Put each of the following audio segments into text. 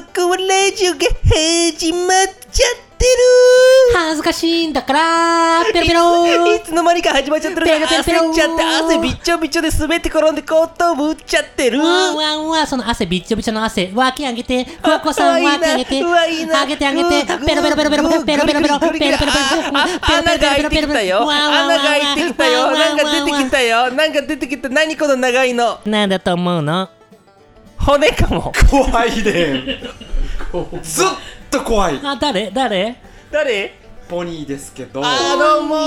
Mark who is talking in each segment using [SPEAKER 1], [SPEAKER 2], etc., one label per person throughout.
[SPEAKER 1] ジオが始まっちゃって
[SPEAKER 2] 恥ずかしいんだからペロペロ
[SPEAKER 1] るいつの間にか始まっちゃってる
[SPEAKER 2] ペロペロペロ
[SPEAKER 1] 焦っちゃって汗びっちょびちょで滑って転んで後頭部打っちゃってる
[SPEAKER 2] わんわんわんその汗びっちょびちょの汗わき上げてふわこさん
[SPEAKER 1] うわ
[SPEAKER 2] わ
[SPEAKER 1] いいな
[SPEAKER 2] き上げて
[SPEAKER 1] うわいいな
[SPEAKER 2] 上げて上げ
[SPEAKER 1] う
[SPEAKER 2] て
[SPEAKER 1] わ
[SPEAKER 2] ペロペロペロペロ
[SPEAKER 1] う
[SPEAKER 2] ペ
[SPEAKER 1] わ
[SPEAKER 2] ロペロペロペロペ
[SPEAKER 1] グ
[SPEAKER 2] ロ
[SPEAKER 1] リグリグリグリ
[SPEAKER 2] ペロペロ
[SPEAKER 1] ああ穴が開いてきたよ
[SPEAKER 2] わんわんわん
[SPEAKER 1] 穴が開いてきたよなんか出てきたよなんか出てきた何この長いの
[SPEAKER 2] なんだと思うの
[SPEAKER 1] 骨かも
[SPEAKER 3] 怖いでずっと怖い
[SPEAKER 2] あ誰誰
[SPEAKER 1] 誰
[SPEAKER 3] ポニーですけど
[SPEAKER 1] あのもう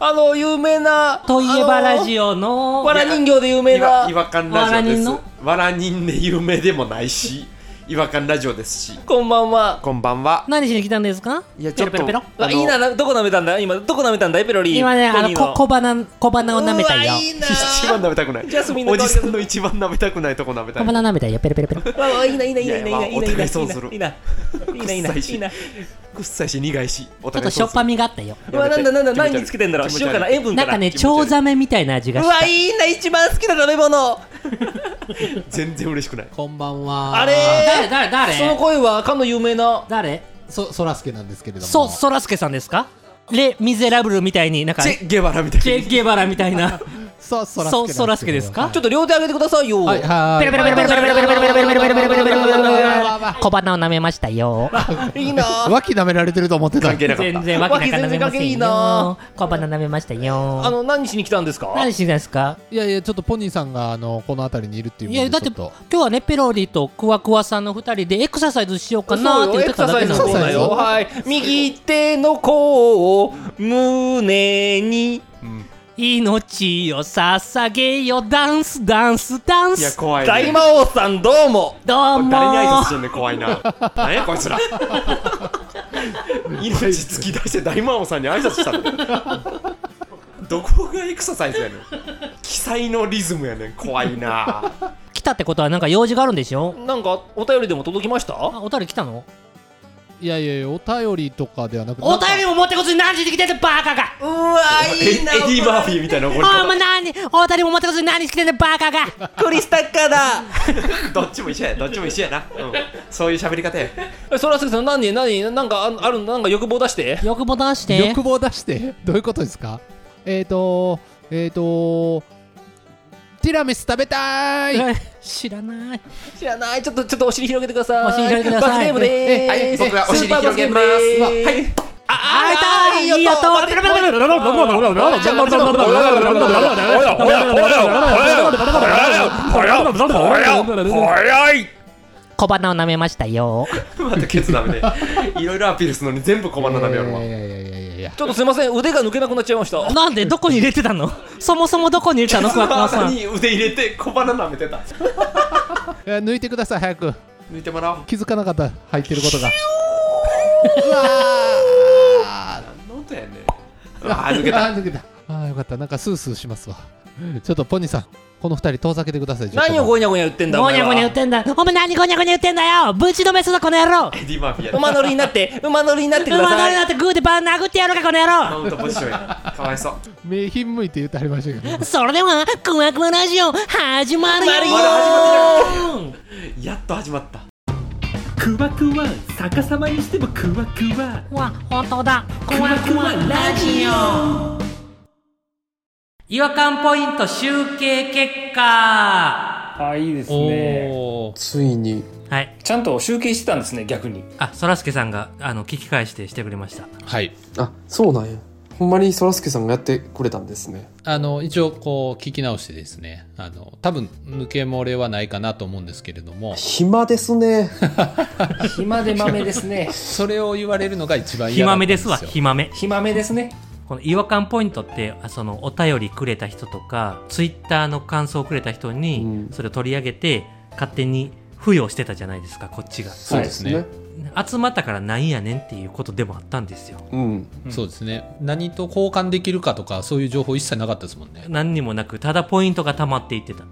[SPEAKER 1] あの有名な
[SPEAKER 2] といえばラ
[SPEAKER 1] オ
[SPEAKER 2] ジオの
[SPEAKER 1] わら人形で有名
[SPEAKER 3] 違
[SPEAKER 1] な
[SPEAKER 3] 和違和感ラジオです
[SPEAKER 2] わら人
[SPEAKER 3] わら人で有名でもないし違和感ラジオですし
[SPEAKER 1] こんばんは
[SPEAKER 3] こんばんは
[SPEAKER 2] 何しに来たんですか
[SPEAKER 3] いやちょっと
[SPEAKER 2] ペロペロペロ
[SPEAKER 1] あ
[SPEAKER 3] あの
[SPEAKER 1] いいななどこ舐めたんだ今どこ舐めたんだいペロリ
[SPEAKER 2] 今ねあ
[SPEAKER 1] ポ
[SPEAKER 2] の
[SPEAKER 1] ニー
[SPEAKER 2] こ小鼻小鼻を舐めた
[SPEAKER 1] う
[SPEAKER 2] よ
[SPEAKER 1] わいいな
[SPEAKER 3] 一番舐めたくない
[SPEAKER 1] ジャスミンの
[SPEAKER 3] お
[SPEAKER 1] 香りが
[SPEAKER 3] じ
[SPEAKER 1] する
[SPEAKER 3] さんの一番舐めたくないとこ舐めた
[SPEAKER 2] 小
[SPEAKER 3] い
[SPEAKER 2] 鼻舐めたよペロペロペロ
[SPEAKER 1] わわいいないいないいないい
[SPEAKER 3] いや
[SPEAKER 1] ないいな
[SPEAKER 3] まあ
[SPEAKER 1] いいないい
[SPEAKER 3] お互い
[SPEAKER 1] な
[SPEAKER 3] そう
[SPEAKER 1] い
[SPEAKER 3] する
[SPEAKER 1] いない いないいないい
[SPEAKER 3] 臭いし
[SPEAKER 1] いない
[SPEAKER 3] くっさいし苦いしお
[SPEAKER 2] ちょっ
[SPEAKER 3] 互
[SPEAKER 2] と
[SPEAKER 3] い
[SPEAKER 2] しょっぱ
[SPEAKER 3] み
[SPEAKER 2] みがあったよ
[SPEAKER 1] うわなんだなんだ何につけてんだろう
[SPEAKER 3] 気持ち
[SPEAKER 1] 塩
[SPEAKER 3] 悪い
[SPEAKER 1] かな塩分
[SPEAKER 2] な
[SPEAKER 1] か
[SPEAKER 2] んか
[SPEAKER 1] な
[SPEAKER 2] ね
[SPEAKER 3] 気持ち悪い
[SPEAKER 2] チョウザメみたいな味
[SPEAKER 1] う
[SPEAKER 2] がした
[SPEAKER 1] わいいな一番好きな食べ物
[SPEAKER 3] 全然嬉しくない
[SPEAKER 4] こんばんは。
[SPEAKER 1] あれ
[SPEAKER 2] 誰誰誰
[SPEAKER 1] その声はかの有名な
[SPEAKER 2] 誰
[SPEAKER 4] そ、そらすけなんですけれども。
[SPEAKER 2] そ、そらすけさんですかレ・ミゼラブルみたいになんか
[SPEAKER 3] チ
[SPEAKER 2] チ
[SPEAKER 3] ェ・ゲバラみたい
[SPEAKER 2] ェ・ゲバラみたいな
[SPEAKER 4] そ、そらすけなん
[SPEAKER 2] そ
[SPEAKER 4] けど。
[SPEAKER 2] そらすけですか
[SPEAKER 4] はい
[SPEAKER 1] ちょっと両手上げてくださいよ
[SPEAKER 4] はい、
[SPEAKER 1] あ
[SPEAKER 4] は
[SPEAKER 2] ペ
[SPEAKER 4] い。
[SPEAKER 2] ロペロペロペロペロペロペロペロペロペロペロペロペロペロペロペロ小鼻を舐めましたよ
[SPEAKER 1] いいな
[SPEAKER 4] 脇舐められてると思ってた。
[SPEAKER 3] 関係なかっ
[SPEAKER 2] 全
[SPEAKER 3] た
[SPEAKER 2] 然わけなく
[SPEAKER 1] わ
[SPEAKER 2] 舐めま
[SPEAKER 1] け全然関係
[SPEAKER 2] せ
[SPEAKER 1] いい
[SPEAKER 2] ん
[SPEAKER 1] な
[SPEAKER 2] よ小鼻舐めました
[SPEAKER 1] あ
[SPEAKER 2] よ
[SPEAKER 1] の何しに来たんですか
[SPEAKER 2] 何してたんですか
[SPEAKER 4] いやいや、ちょっとポニーさんが、あの、この辺りにいるっていう
[SPEAKER 2] い
[SPEAKER 4] こと
[SPEAKER 2] や
[SPEAKER 4] で
[SPEAKER 2] だって
[SPEAKER 4] ちょ
[SPEAKER 2] 今
[SPEAKER 4] っと
[SPEAKER 2] 日はねペロリとクワクワさんの二人でエクササイズしようかなって言ってただけな
[SPEAKER 4] そ
[SPEAKER 2] ん
[SPEAKER 4] う
[SPEAKER 2] で
[SPEAKER 4] よエクササ
[SPEAKER 1] だ
[SPEAKER 4] イズ
[SPEAKER 1] よはい右手の甲を胸に
[SPEAKER 2] 命を捧げよダンスダンスダン
[SPEAKER 3] いや
[SPEAKER 2] ス
[SPEAKER 3] 怖いね
[SPEAKER 1] 大魔王さんどうも
[SPEAKER 2] どうも
[SPEAKER 3] 誰に挨拶してんねん怖いななんやこいつら命突き出して大魔王さんに挨拶したのどこがエクササイズやねん奇才のリズムやねん怖いな
[SPEAKER 2] 来たってことはなんか用事があるんでしょ
[SPEAKER 1] なんかお便りでも届きました
[SPEAKER 2] あおたり来たの
[SPEAKER 4] いやいやいや、お便りとかではなく
[SPEAKER 2] お便りも持ってこずに何時に来てんだバカが
[SPEAKER 1] うわ
[SPEAKER 3] エエディ・マーフィーみたいな怒り
[SPEAKER 2] お
[SPEAKER 3] 方
[SPEAKER 2] 前何お便りも持ってこずに何時に来てんだバカが
[SPEAKER 1] クリスタッカーだ
[SPEAKER 3] どっちも一緒やどっちも一緒やな、うん、そういう喋り方や
[SPEAKER 1] そらすけさん何何なんかああるなんか欲望出して
[SPEAKER 2] 欲望出して
[SPEAKER 4] 欲望出して、どういうことですかえーと、えーと、ティラミス食べたーい。
[SPEAKER 2] 知らない
[SPEAKER 1] 知らないちょっとちょっとお尻広げてください
[SPEAKER 2] お尻広げてくださ
[SPEAKER 1] 罰ゲ
[SPEAKER 2] い
[SPEAKER 1] ームでーす
[SPEAKER 3] はい僕がお尻広げま
[SPEAKER 1] スーパー罰
[SPEAKER 3] す
[SPEAKER 1] ゲームでーす
[SPEAKER 2] あいたいいよと小鼻を舐めましたよ
[SPEAKER 3] またケツダメでいろいろアピールするのに全部小鼻ダメやるわ、
[SPEAKER 4] いやいやいやいやいや。
[SPEAKER 1] ちょっとすいません腕が抜けなくなっちゃいました
[SPEAKER 2] なんでどこに入れてたのそもそもどこに入れてたのクワクワさ
[SPEAKER 3] 鼻
[SPEAKER 2] ん
[SPEAKER 3] に腕入れて小鼻舐めてた
[SPEAKER 4] いや抜いてください、早く。
[SPEAKER 3] 抜いてもらおう
[SPEAKER 4] 気づかなかった、入ってることが。
[SPEAKER 3] 何の音やねんあー抜けた
[SPEAKER 4] あー抜けたあーよかったなんかスースーしますわちょっとポニーさんこの二人遠ざけてくださいちょっと
[SPEAKER 1] 何をゴニャゴニャ言ってんだお
[SPEAKER 2] ゴニ
[SPEAKER 1] 前
[SPEAKER 2] ャ
[SPEAKER 1] は
[SPEAKER 2] ゴニャ言ってんだお前何ゴニャゴニャ言ってんだよぶちのめすぞこの野郎
[SPEAKER 3] エディ・マーフィーやね
[SPEAKER 1] 馬乗りになって馬乗りになってくだ
[SPEAKER 2] 馬乗
[SPEAKER 1] さ
[SPEAKER 2] り
[SPEAKER 1] い
[SPEAKER 2] だってグーでバン殴ってやるかこの野
[SPEAKER 3] マ
[SPEAKER 2] 郎
[SPEAKER 3] ウントポジションやかわいそう
[SPEAKER 4] 名品向いて言ってはりましたけど
[SPEAKER 2] それではクワクワラジオ始まるよ
[SPEAKER 1] 始ま
[SPEAKER 3] やっと始まった
[SPEAKER 5] クワクワ逆さまにしてもクワクワ
[SPEAKER 2] わ本当だクワクワラジオ違和感ポイント集計結果
[SPEAKER 5] あいいですね
[SPEAKER 3] ついに
[SPEAKER 2] はい
[SPEAKER 5] ちゃんと集計してたんですね逆に
[SPEAKER 2] あそらすけさんがあの聞き返してしてくれました
[SPEAKER 4] はい
[SPEAKER 6] あそうなんやほんまにそらすけさんがやってくれたんですね
[SPEAKER 4] あの一応こう聞き直してですねあの多分抜け漏れはないかなと思うんですけれども
[SPEAKER 6] 暇ですね
[SPEAKER 5] 暇で豆ですね
[SPEAKER 4] それを言われるのが一番
[SPEAKER 2] ひ
[SPEAKER 4] 嫌
[SPEAKER 2] ま
[SPEAKER 4] だった
[SPEAKER 2] め
[SPEAKER 4] んで
[SPEAKER 2] ですす
[SPEAKER 4] よ
[SPEAKER 2] わひまめ
[SPEAKER 5] 暇めですね
[SPEAKER 2] この違和感ポイントってあそのお便りくれた人とかツイッターの感想をくれた人に
[SPEAKER 6] うん
[SPEAKER 2] それを取り上げて、勝手に付与してたじゃないですかこっちが
[SPEAKER 4] そうですね、
[SPEAKER 2] 集まったからなんやねんっていうことでもあったんですよ
[SPEAKER 6] うん
[SPEAKER 4] そうですね何と交換できるかとかそういう情報一切なかったですもんね
[SPEAKER 2] 何にもなくただポイントが溜まっていってた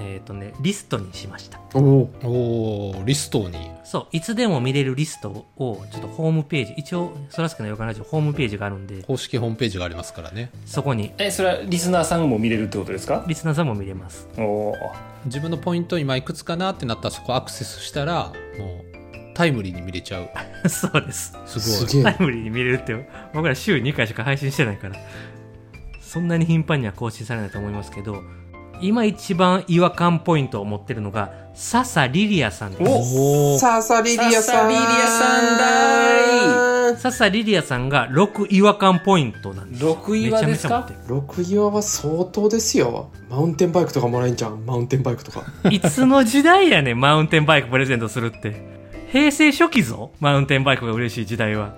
[SPEAKER 2] えっ、とねリストにしました
[SPEAKER 6] おお
[SPEAKER 4] おーリストに
[SPEAKER 2] そういつでも見れるリストをちょっとホームページ一応そらすけの予感ラジオホームページがあるんで
[SPEAKER 4] 公式ホームページがありますからね
[SPEAKER 2] そこに
[SPEAKER 5] えそれはリスナーさんも見れるってことですか
[SPEAKER 2] リスナーさんも見れます
[SPEAKER 5] おお
[SPEAKER 4] 自分のポイント今いくつかなってなったらそこアクセスしたらもう
[SPEAKER 7] タイムリーに見れちゃう
[SPEAKER 8] そうです。
[SPEAKER 7] す
[SPEAKER 6] す
[SPEAKER 7] ごい
[SPEAKER 6] げ
[SPEAKER 8] タ
[SPEAKER 6] え
[SPEAKER 8] イムリーに見れるって、僕ら週2回しか配信してないから、そんなに頻繁には更新されないと思いますけど、今一番違和感ポイントを持ってるのが、笹リリアさんです。
[SPEAKER 7] お
[SPEAKER 6] ササリリアさん
[SPEAKER 3] ササリリアさんだ
[SPEAKER 8] 笹リリアさんが6違和感ポイントなんです。
[SPEAKER 5] 6違和ですか
[SPEAKER 8] めちゃめちゃ持ってる
[SPEAKER 6] 六岩は相当ですよマウンテンバイクとかもらえんじゃんマウンテンバイクとか
[SPEAKER 8] いつの時代やねんマウンテンバイクプレゼントするって。平成初期ぞ、マウンテンバイクが嬉しい時代は。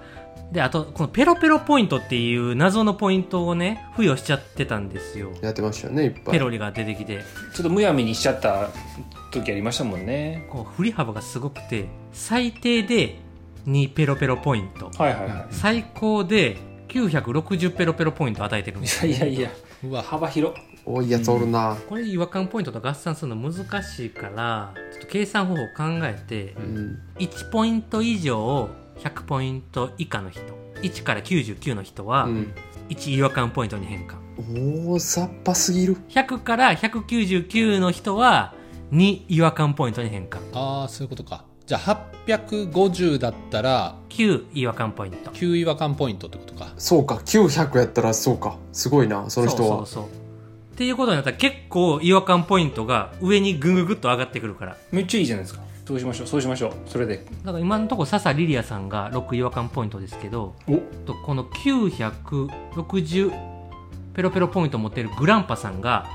[SPEAKER 8] で、あと、このペロペロポイントっていう謎のポイントをね、付与しちゃってたんですよ。
[SPEAKER 6] やってましたよねいっぱ
[SPEAKER 8] ペ
[SPEAKER 6] い
[SPEAKER 8] ロリが出てきて、
[SPEAKER 5] ちょっとむやみにしちゃった時ありましたもんね
[SPEAKER 8] こう、振り幅がすごくて、最低で2ペロペロポイント。
[SPEAKER 5] はいはいは
[SPEAKER 8] 最高で960ペロペロポイント与えてるんです
[SPEAKER 5] いいやいやいや
[SPEAKER 7] うわ
[SPEAKER 5] 幅広
[SPEAKER 6] 多いやつおるな
[SPEAKER 8] これ違和感ポイントと合算するの難しいから、ちょっと計算方法を考えて、
[SPEAKER 6] うん
[SPEAKER 8] 1ポイント以上100ポイント以下の人1から99の人
[SPEAKER 6] う
[SPEAKER 8] は
[SPEAKER 6] ん
[SPEAKER 8] 1違和感ポイントに変換
[SPEAKER 6] 大雑把すぎる
[SPEAKER 8] 100から199の人は2違和感ポイントに変換
[SPEAKER 7] ああそういうことかじゃあ850だったら
[SPEAKER 8] 9違和感ポイント
[SPEAKER 7] 9違和感ポイントってことか
[SPEAKER 6] そうか900やったらそうかすごいなその人
[SPEAKER 8] そう
[SPEAKER 6] は
[SPEAKER 8] そうそうっていうことになったら結構違和感ポイントが上にぐんぐぐっと上がってくるから
[SPEAKER 5] めっちゃいいじゃないですかそうしましょうそうしましょうそれで
[SPEAKER 8] だから今のところ笹リリアさんが6違和感ポイントですけど
[SPEAKER 5] お
[SPEAKER 8] とこの960ペロペロポイント持ってるグランパさんが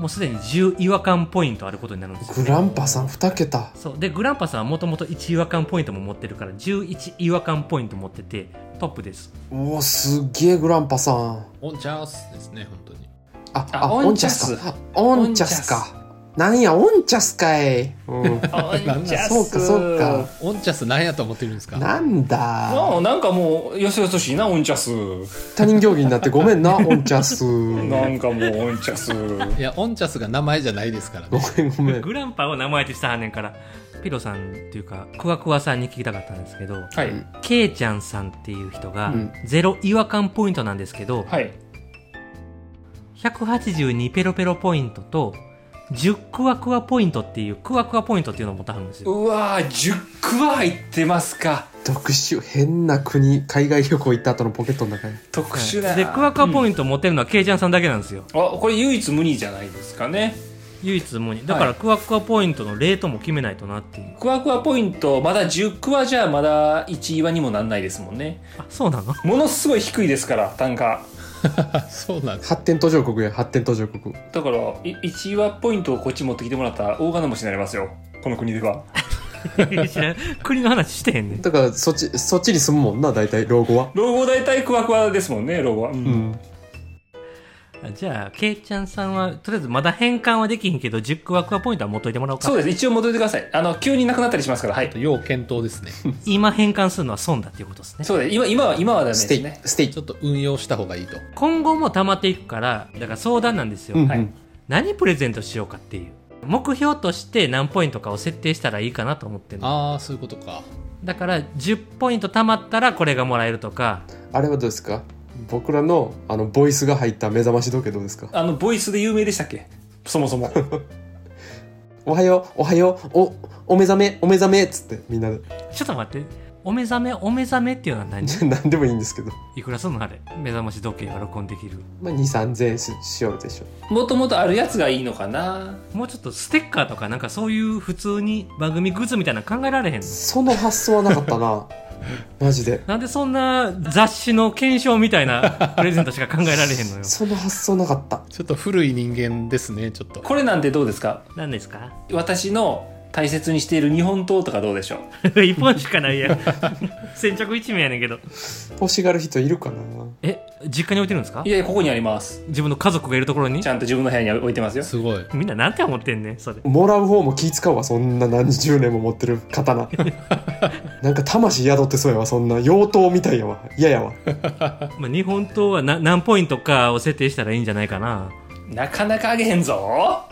[SPEAKER 8] もうすでに10違和感ポイントあることになるんですよ
[SPEAKER 6] グランパさん2桁
[SPEAKER 8] そうでグランパさんはもともと1違和感ポイントも持ってるから11違和感ポイント持っててトップです
[SPEAKER 6] おおすげえグランパさん
[SPEAKER 7] オンチャースですね本当に
[SPEAKER 6] あ
[SPEAKER 5] あ
[SPEAKER 6] あオンチャスかオンチャスかなんやオンチャスかい、うん、
[SPEAKER 7] なんだ
[SPEAKER 6] そうかそうか
[SPEAKER 7] オンチャスなんやと思ってるんですか
[SPEAKER 6] なん
[SPEAKER 5] あ
[SPEAKER 6] だ
[SPEAKER 5] ーなんかもうよそよそしいなオンチャス
[SPEAKER 6] 他人行儀になってごめんなオンチャス
[SPEAKER 5] なんかもうオンチャス
[SPEAKER 7] いやオンチャスが名前じゃないですから
[SPEAKER 6] ご
[SPEAKER 7] ね
[SPEAKER 6] めんごめん
[SPEAKER 8] グランパを名前としたはんねんからピロさんっていうかクワクワさんに聞きたかったんですけど
[SPEAKER 5] はい
[SPEAKER 8] ケイちゃんさんっていう人が
[SPEAKER 6] うん
[SPEAKER 8] 0違和感ポイントなんですけど、
[SPEAKER 5] はい
[SPEAKER 8] 182ペロペロポイントと10クワクワポイントっていうクワクワポイントっていうのを持たはるんですよ
[SPEAKER 5] うわー10区は入ってますか
[SPEAKER 6] 特殊変な国海外旅行行った後のポケットの中に
[SPEAKER 5] 特殊だ
[SPEAKER 8] は
[SPEAKER 5] ない
[SPEAKER 8] でクワクワポイント持ってるのはケイちゃんさんだけなんですよ
[SPEAKER 5] あこれ唯一無二じゃないですかね
[SPEAKER 8] 唯一無二だからクワクワポイントのレートも決めないとなっていう
[SPEAKER 5] クワクワポイントまだ10クワじゃまだ1岩にもなんないですもんね
[SPEAKER 8] あそうなの
[SPEAKER 5] ものすごい低いですから単価
[SPEAKER 7] そうなんです
[SPEAKER 6] 発展途上国や発展途上国
[SPEAKER 5] だからい1岩ポイントをこっち持ってきてもらったら大金持ちになりますよこの国では
[SPEAKER 8] 知らん国の話してへんねん
[SPEAKER 6] だからそっちそっちに住むもんな大体老後は
[SPEAKER 5] 老後大体クワクワですもんね老後は、うん
[SPEAKER 6] うん
[SPEAKER 8] あじゃあケイちゃんさんはとりあえずまだ変換はできひんけど10クワクワポイントは持っといてもらおうか
[SPEAKER 5] そうです一応戻ってくださいあの急になくなったりしますからはい
[SPEAKER 7] 要検討ですね
[SPEAKER 8] 今変換するのは損だっていうことですね
[SPEAKER 5] そうです今今は今はダメで
[SPEAKER 6] ステ
[SPEAKER 5] す
[SPEAKER 6] イ
[SPEAKER 5] ね
[SPEAKER 6] ステイ
[SPEAKER 7] ちょっと運用した方がいいと
[SPEAKER 8] 今後も溜まっていくからだから相談なんですよ、
[SPEAKER 6] うんうん
[SPEAKER 5] はい
[SPEAKER 8] 何プレゼントしようかっていう目標として何ポイントかを設定したらいいかなと思ってるの
[SPEAKER 7] ああそういうことか
[SPEAKER 8] だから10ポイント貯まったらこれがもらえるとか
[SPEAKER 6] あれはどうですか僕らのあのボイスが入った目覚まし時計どうですか
[SPEAKER 5] あのボイスで有名でしたっけそもそも
[SPEAKER 6] おはようおはようおお目覚めお目覚めっつってみんなで
[SPEAKER 8] ちょっと待ってお目覚めお目覚めっていうのは何
[SPEAKER 6] 何でもいいんですけど、
[SPEAKER 8] いくらすんのあれ目覚まし時計が録音できる
[SPEAKER 6] まあ、2 3千円ししようでしょ
[SPEAKER 5] もともとあるやつがいいのかな
[SPEAKER 8] もうちょっとステッカーとかなんかそういう普通に番組グッズみたいなの考えられへんの
[SPEAKER 6] その発想はなかったなマジで
[SPEAKER 8] なんでそんな雑誌の検証みたい なプレゼントしか考えられへんのよ
[SPEAKER 6] その発想なかった
[SPEAKER 7] ちょっと古い人間ですねちょっと
[SPEAKER 5] これなんてどうですか
[SPEAKER 8] 何ですか
[SPEAKER 5] 私の大切にしている日本刀とかどうでしょう
[SPEAKER 8] 一本しかない やん先着一名やねんけど
[SPEAKER 6] 欲しがる人いるかな
[SPEAKER 8] え実家に置いてるんですか
[SPEAKER 5] いやいやここにあります
[SPEAKER 8] 自分の家族がいるところに
[SPEAKER 5] ちゃんと自分の部屋に置いてますよ
[SPEAKER 7] すごい
[SPEAKER 8] みんななんて思ってんねんそれ
[SPEAKER 6] もらう方も気使うわそんな何十年も持ってる刀なんか魂宿ってそうやわそんな妖刀みたいやわ嫌やわ
[SPEAKER 8] まあ、日本刀はな何ポイントかを設定したらいいんじゃないかな
[SPEAKER 5] なかなかあげへんぞ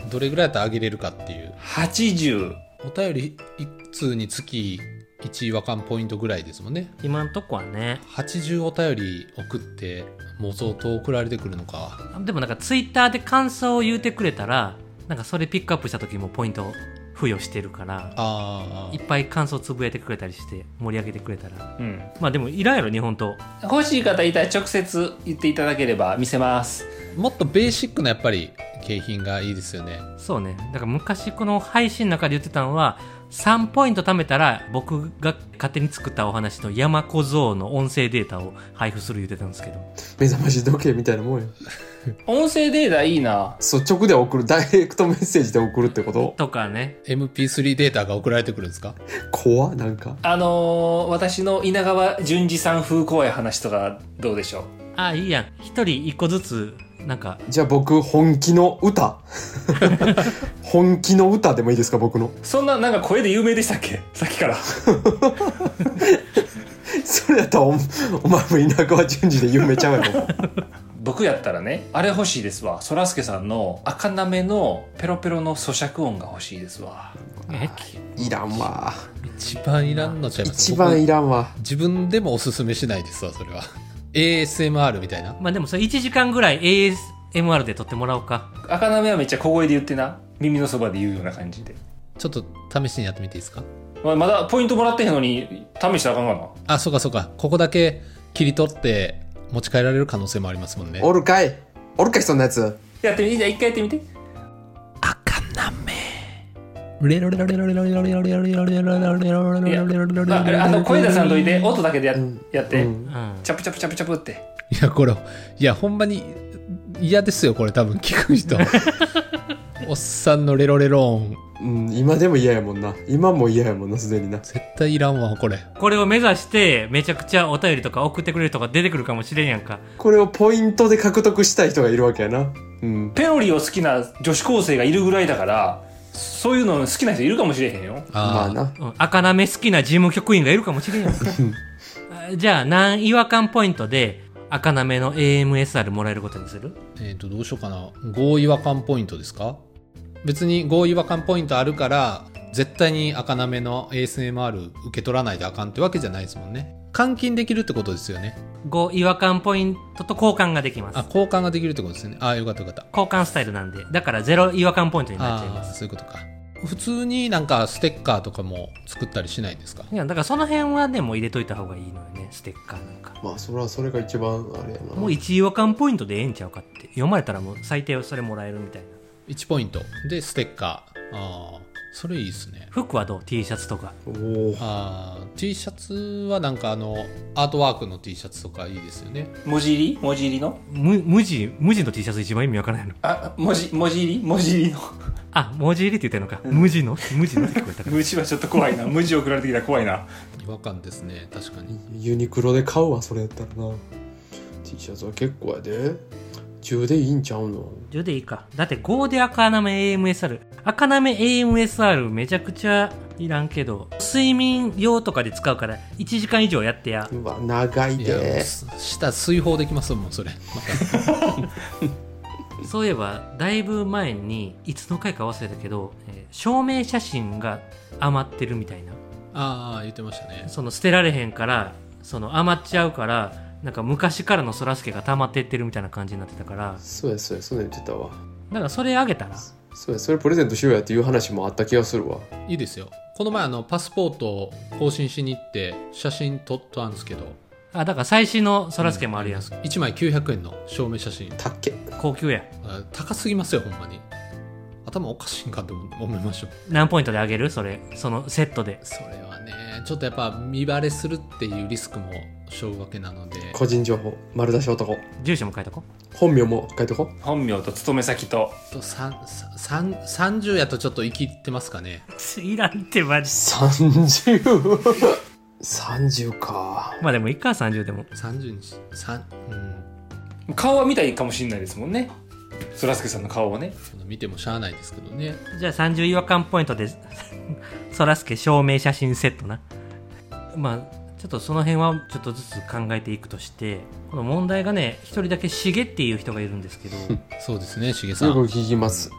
[SPEAKER 7] どれぐらいやったらあげれるかっていう
[SPEAKER 5] 80
[SPEAKER 7] お便り1通につき1違和感ポイントぐらいですもんね
[SPEAKER 8] 今んとこはね
[SPEAKER 7] 80お便り送ってもう相当送られてくるのか
[SPEAKER 8] でもなんかツイッターで感想を言うてくれたらなんかそれピックアップした時もポイント付付与してるから
[SPEAKER 7] あ
[SPEAKER 8] いっぱい感想つぶやいてくれたりして盛り上げてくれたら
[SPEAKER 5] うん
[SPEAKER 8] まあでもいらんやろ日本刀
[SPEAKER 5] 欲しい方いたら直接言っていただければ見せます
[SPEAKER 7] あもっとベーシックなやっぱり景品がいいですよね
[SPEAKER 8] そうねだから昔この配信の中で言ってたのは3ポイント貯めたら僕が勝手に作ったお話の山小僧の音声データを配布する言ってたんですけど
[SPEAKER 6] 目覚まし時計みたいなもんや
[SPEAKER 5] 音声データいいな
[SPEAKER 6] 率直で送るダイレクトメッセージで送るってこと
[SPEAKER 8] とかね
[SPEAKER 7] MP3 データが送られてくるんですか
[SPEAKER 6] 怖っなんか
[SPEAKER 5] あのー私の稲川淳二さん風怖い話とかどうでしょ
[SPEAKER 8] ああいいやん1人1個ずつなんか
[SPEAKER 6] じゃあ僕本気の歌本気の歌でもいいですか僕の
[SPEAKER 5] うそんななんか声で有名でしたっけ さっきから
[SPEAKER 6] それやったらおお前も田舎は順次で有名ちゃうやろ
[SPEAKER 5] 僕やったらねあれ欲しいですわそらすけさんの赤なめのペロペロの咀嚼音が欲しいですわ
[SPEAKER 8] え
[SPEAKER 6] いらんわ
[SPEAKER 7] 一番いらんのちゃいます
[SPEAKER 6] 一番い
[SPEAKER 7] 僕
[SPEAKER 6] らんわ
[SPEAKER 7] 自分でもおすすめしないですわそれは ASMR みたいな
[SPEAKER 8] まあでもそれ1時間ぐらい ASMR で撮ってもらおうか
[SPEAKER 5] 赤なめはめっちゃ小声で言ってな耳のそばで言うような感じで、
[SPEAKER 7] ちょっと試しにやってみていいですか
[SPEAKER 5] まあ、まだポイントもらってへんのに試したらあかんか
[SPEAKER 7] あそうかそうかここだけ切り取って持ち帰られる可能性もありますもんね
[SPEAKER 6] おるかいおるかいそんなやつ
[SPEAKER 5] なやってみてじゃあ一回やってみていやまああれあの声出さんといて音だけでや,、
[SPEAKER 6] ん
[SPEAKER 5] やって、
[SPEAKER 6] うん
[SPEAKER 8] うん
[SPEAKER 5] チャプチャプチャプチャプって
[SPEAKER 7] いやこれいやほんまに嫌ですよこれ多分聞く人おっさんのレロレロ音
[SPEAKER 6] うん、今でも嫌やもんな今も嫌やもんなすでにな
[SPEAKER 7] 絶対いらんわこれ
[SPEAKER 8] これを目指してめちゃくちゃお便りとか送ってくれる人が出てくるかもしれんやんか
[SPEAKER 6] これをポイントで獲得したい人がいるわけやなうん
[SPEAKER 5] ペロリを好きな女子高生がいるぐらいだからそういうの好きな人いるかもしれへんよ
[SPEAKER 6] まあ
[SPEAKER 7] あ、
[SPEAKER 6] な
[SPEAKER 8] うん赤なめ好きな事務局員がいるかもしれんやん あじゃあ何違和感ポイントで赤なめの AMSR もらえることにする
[SPEAKER 7] えっ、とどうしようかな合違和感ポイントですか別に合違和感ポイントあるから絶対に赤なめの ASMR 受け取らないであかんってわけじゃないですもんね換金できるってことですよね
[SPEAKER 8] 5違和感ポイントと交換ができます
[SPEAKER 7] あ交換ができるってことですねあよかったよかった
[SPEAKER 8] 交換スタイルなんでだから0違和感ポイントになっちゃいま
[SPEAKER 7] あ
[SPEAKER 8] す
[SPEAKER 7] あそういうことか普通になんかステッカーとかも作ったりしないんですか
[SPEAKER 8] いやだからその辺はでも入れといた方がいいのよねステッカーなんか
[SPEAKER 6] まあそれはそれが一番あれやな
[SPEAKER 8] もう1違和感ポイントでええんちゃうかって読まれたらもう最低それもらえるみたいな
[SPEAKER 7] 1ポイントでステッカーああそれいいですね
[SPEAKER 8] 服はどう T シャツとか
[SPEAKER 6] おお
[SPEAKER 7] ああ T シャツはなんかあのアートワークの T シャツとかいいですよね
[SPEAKER 5] 文字入り文字入りの
[SPEAKER 8] 無無地無地の T シャツ一番意味わからないの
[SPEAKER 5] あ文字文字入り文字入りの
[SPEAKER 8] あ文字入れって言ってんのか無地の無地のって聞こえたから
[SPEAKER 5] 無字はちょっと怖いな無字送られてきたら怖いな
[SPEAKER 7] 違和感ですね確かに
[SPEAKER 6] ユニクロで買うわそれやったらな T シャツは結構やで中でいいんちゃうの
[SPEAKER 8] 10でいいかだって5で赤なめ AMSR 赤なめ AMSR めちゃくちゃいらんけど睡眠用とかで使うから1時間以上やってや
[SPEAKER 6] うわ長い
[SPEAKER 7] いや
[SPEAKER 6] で
[SPEAKER 7] 下水泡できますもんそれま
[SPEAKER 8] そういえばだいぶ前にいつの回か忘れたけど、えー証明写真が余ってるみたいな
[SPEAKER 7] たああ言ってましたね
[SPEAKER 8] その捨てられへんからその余っちゃうからなんか昔からのそらすけが溜まってってるみたいな感じになってたから
[SPEAKER 6] そうやそうやそうや言ってたわ
[SPEAKER 8] だからそれあげたら
[SPEAKER 6] そうやそれプレゼントしようやっていう話もあった気がするわ
[SPEAKER 7] いいですよこの前あのパスポートを更新しに行って写真撮ったんですけど
[SPEAKER 8] あだから最新のそらすけもあるやん、
[SPEAKER 7] 1枚900円の証明写真
[SPEAKER 6] たっけ
[SPEAKER 8] 高級やん
[SPEAKER 7] あ高すぎますよほんまに頭おかしいんかと思いましょう
[SPEAKER 8] 何ポイントであげるそれそのセットで
[SPEAKER 7] それはねちょっとやっぱ見バレするっていうリスクもしょうわけなので
[SPEAKER 6] 個人情報丸出し男
[SPEAKER 8] 住所も書いとこ
[SPEAKER 6] 本名も書いとこ
[SPEAKER 5] 本名と勤め先と
[SPEAKER 7] ちょっとさんさん30やとちょっと生きってますかね
[SPEAKER 8] ういらんってマジ
[SPEAKER 6] 3030か
[SPEAKER 8] まあでもいいか30でも
[SPEAKER 7] 30にし三うん
[SPEAKER 5] 顔は見たいかもしれないですもんねそらすけさんの顔をね
[SPEAKER 7] その見てもしゃあないですけどね
[SPEAKER 8] じゃあ30違和感ポイントで そらすけ証明写真セットなまあちょっとその辺はちょっとずつ考えていくとしてこの問題がね一人だけしげっていう人がいるんです けど
[SPEAKER 7] そうですねしげさ
[SPEAKER 6] よく
[SPEAKER 7] ん
[SPEAKER 6] 聞きます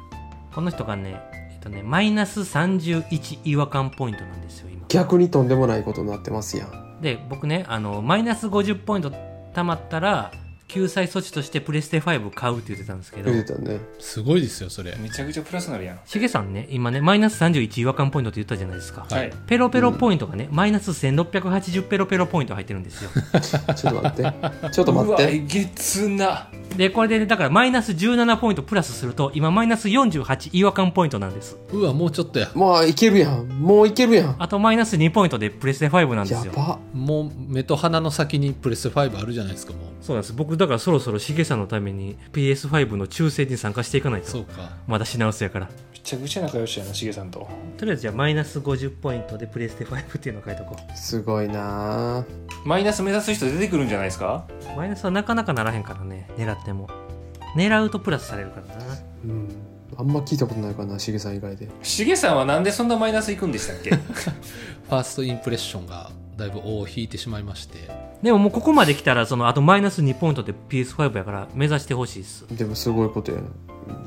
[SPEAKER 8] この人がねえっとねマイナス31違和感ポイントなんですよ今
[SPEAKER 6] 逆にとんでもないことになってますやん
[SPEAKER 8] で僕ねあのマイナス50ポイント貯まったら救済措置としてプレステ5買うって言ってたんですけど
[SPEAKER 6] 言ってたね。
[SPEAKER 7] すごいですよそれ
[SPEAKER 5] めちゃくちゃプラスなるやん
[SPEAKER 8] しげさんね今ねマイナス31違和感ポイントって言ったじゃないですか、
[SPEAKER 7] はい
[SPEAKER 5] はい
[SPEAKER 8] ペロペロポイントがね、マイナス1680ペロペロポイント入ってる んですよ
[SPEAKER 6] ちょっと待 って。ちょっと
[SPEAKER 5] う
[SPEAKER 6] 待っ
[SPEAKER 5] わ
[SPEAKER 6] て。
[SPEAKER 5] えげつな
[SPEAKER 8] でこれで、ね、だからマイナス17ポイントプラスすると今マイナス48違和感ポイントなんです
[SPEAKER 7] うわもうちょっとや
[SPEAKER 6] もういけるやん。もういけるやん。
[SPEAKER 8] あとマイナス2ポイントでプレステ5なんで
[SPEAKER 6] や
[SPEAKER 8] すよ
[SPEAKER 6] ば。
[SPEAKER 7] もう目と鼻の先にプレステ5あるじゃないですかもう
[SPEAKER 8] そうなんです僕だからそろそろしげさんのために PS5 の抽選に参加していかない
[SPEAKER 7] そ
[SPEAKER 8] と
[SPEAKER 7] うか
[SPEAKER 8] まだ品薄やから
[SPEAKER 5] めちゃくちゃ仲良しやなしげさんと
[SPEAKER 8] とりあえずじゃあマイナス50ポイントでプレステ5っていうのを書いとこ
[SPEAKER 6] すごいなあ
[SPEAKER 5] マイナス目指す人出てくるんじゃないですか
[SPEAKER 8] うマイナスはなかなかならへんからね狙っても狙うとプラスされるからな
[SPEAKER 6] うん。あんま聞いたことないからな、しげさん以外で。
[SPEAKER 5] しげさんはなんでそんなマイナスいくんでしたっけ
[SPEAKER 7] ファーストインプレッションがだいぶ尾を引いてしまいまして
[SPEAKER 8] でももうここまで来たらそのあとマイナス2ポイントで PS5 やから目指してほしいっす
[SPEAKER 6] でもすごいことやな。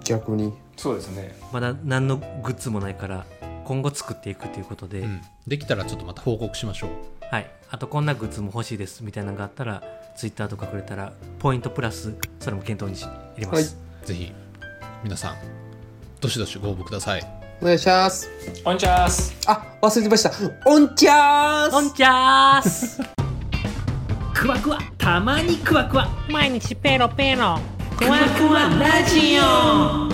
[SPEAKER 6] 逆に。
[SPEAKER 5] そうですね
[SPEAKER 8] まだ何のグッズもないから今後作っていくということで、
[SPEAKER 7] うんできたらちょっとまた報告しましょう
[SPEAKER 8] はいあとこんなグッズも欲しいですみたいなのがあったら Twitter とかくれたらポイントプラスそれも検討にし入れます、
[SPEAKER 7] ぜひ皆さんどしどしご応募ください
[SPEAKER 6] お願いします。
[SPEAKER 5] オンチャース
[SPEAKER 6] あ、忘れてました。オンチャース
[SPEAKER 8] オンチャース
[SPEAKER 9] クワクワたまにクワクワ
[SPEAKER 2] 毎日ペロペロ
[SPEAKER 9] クワクワラジオ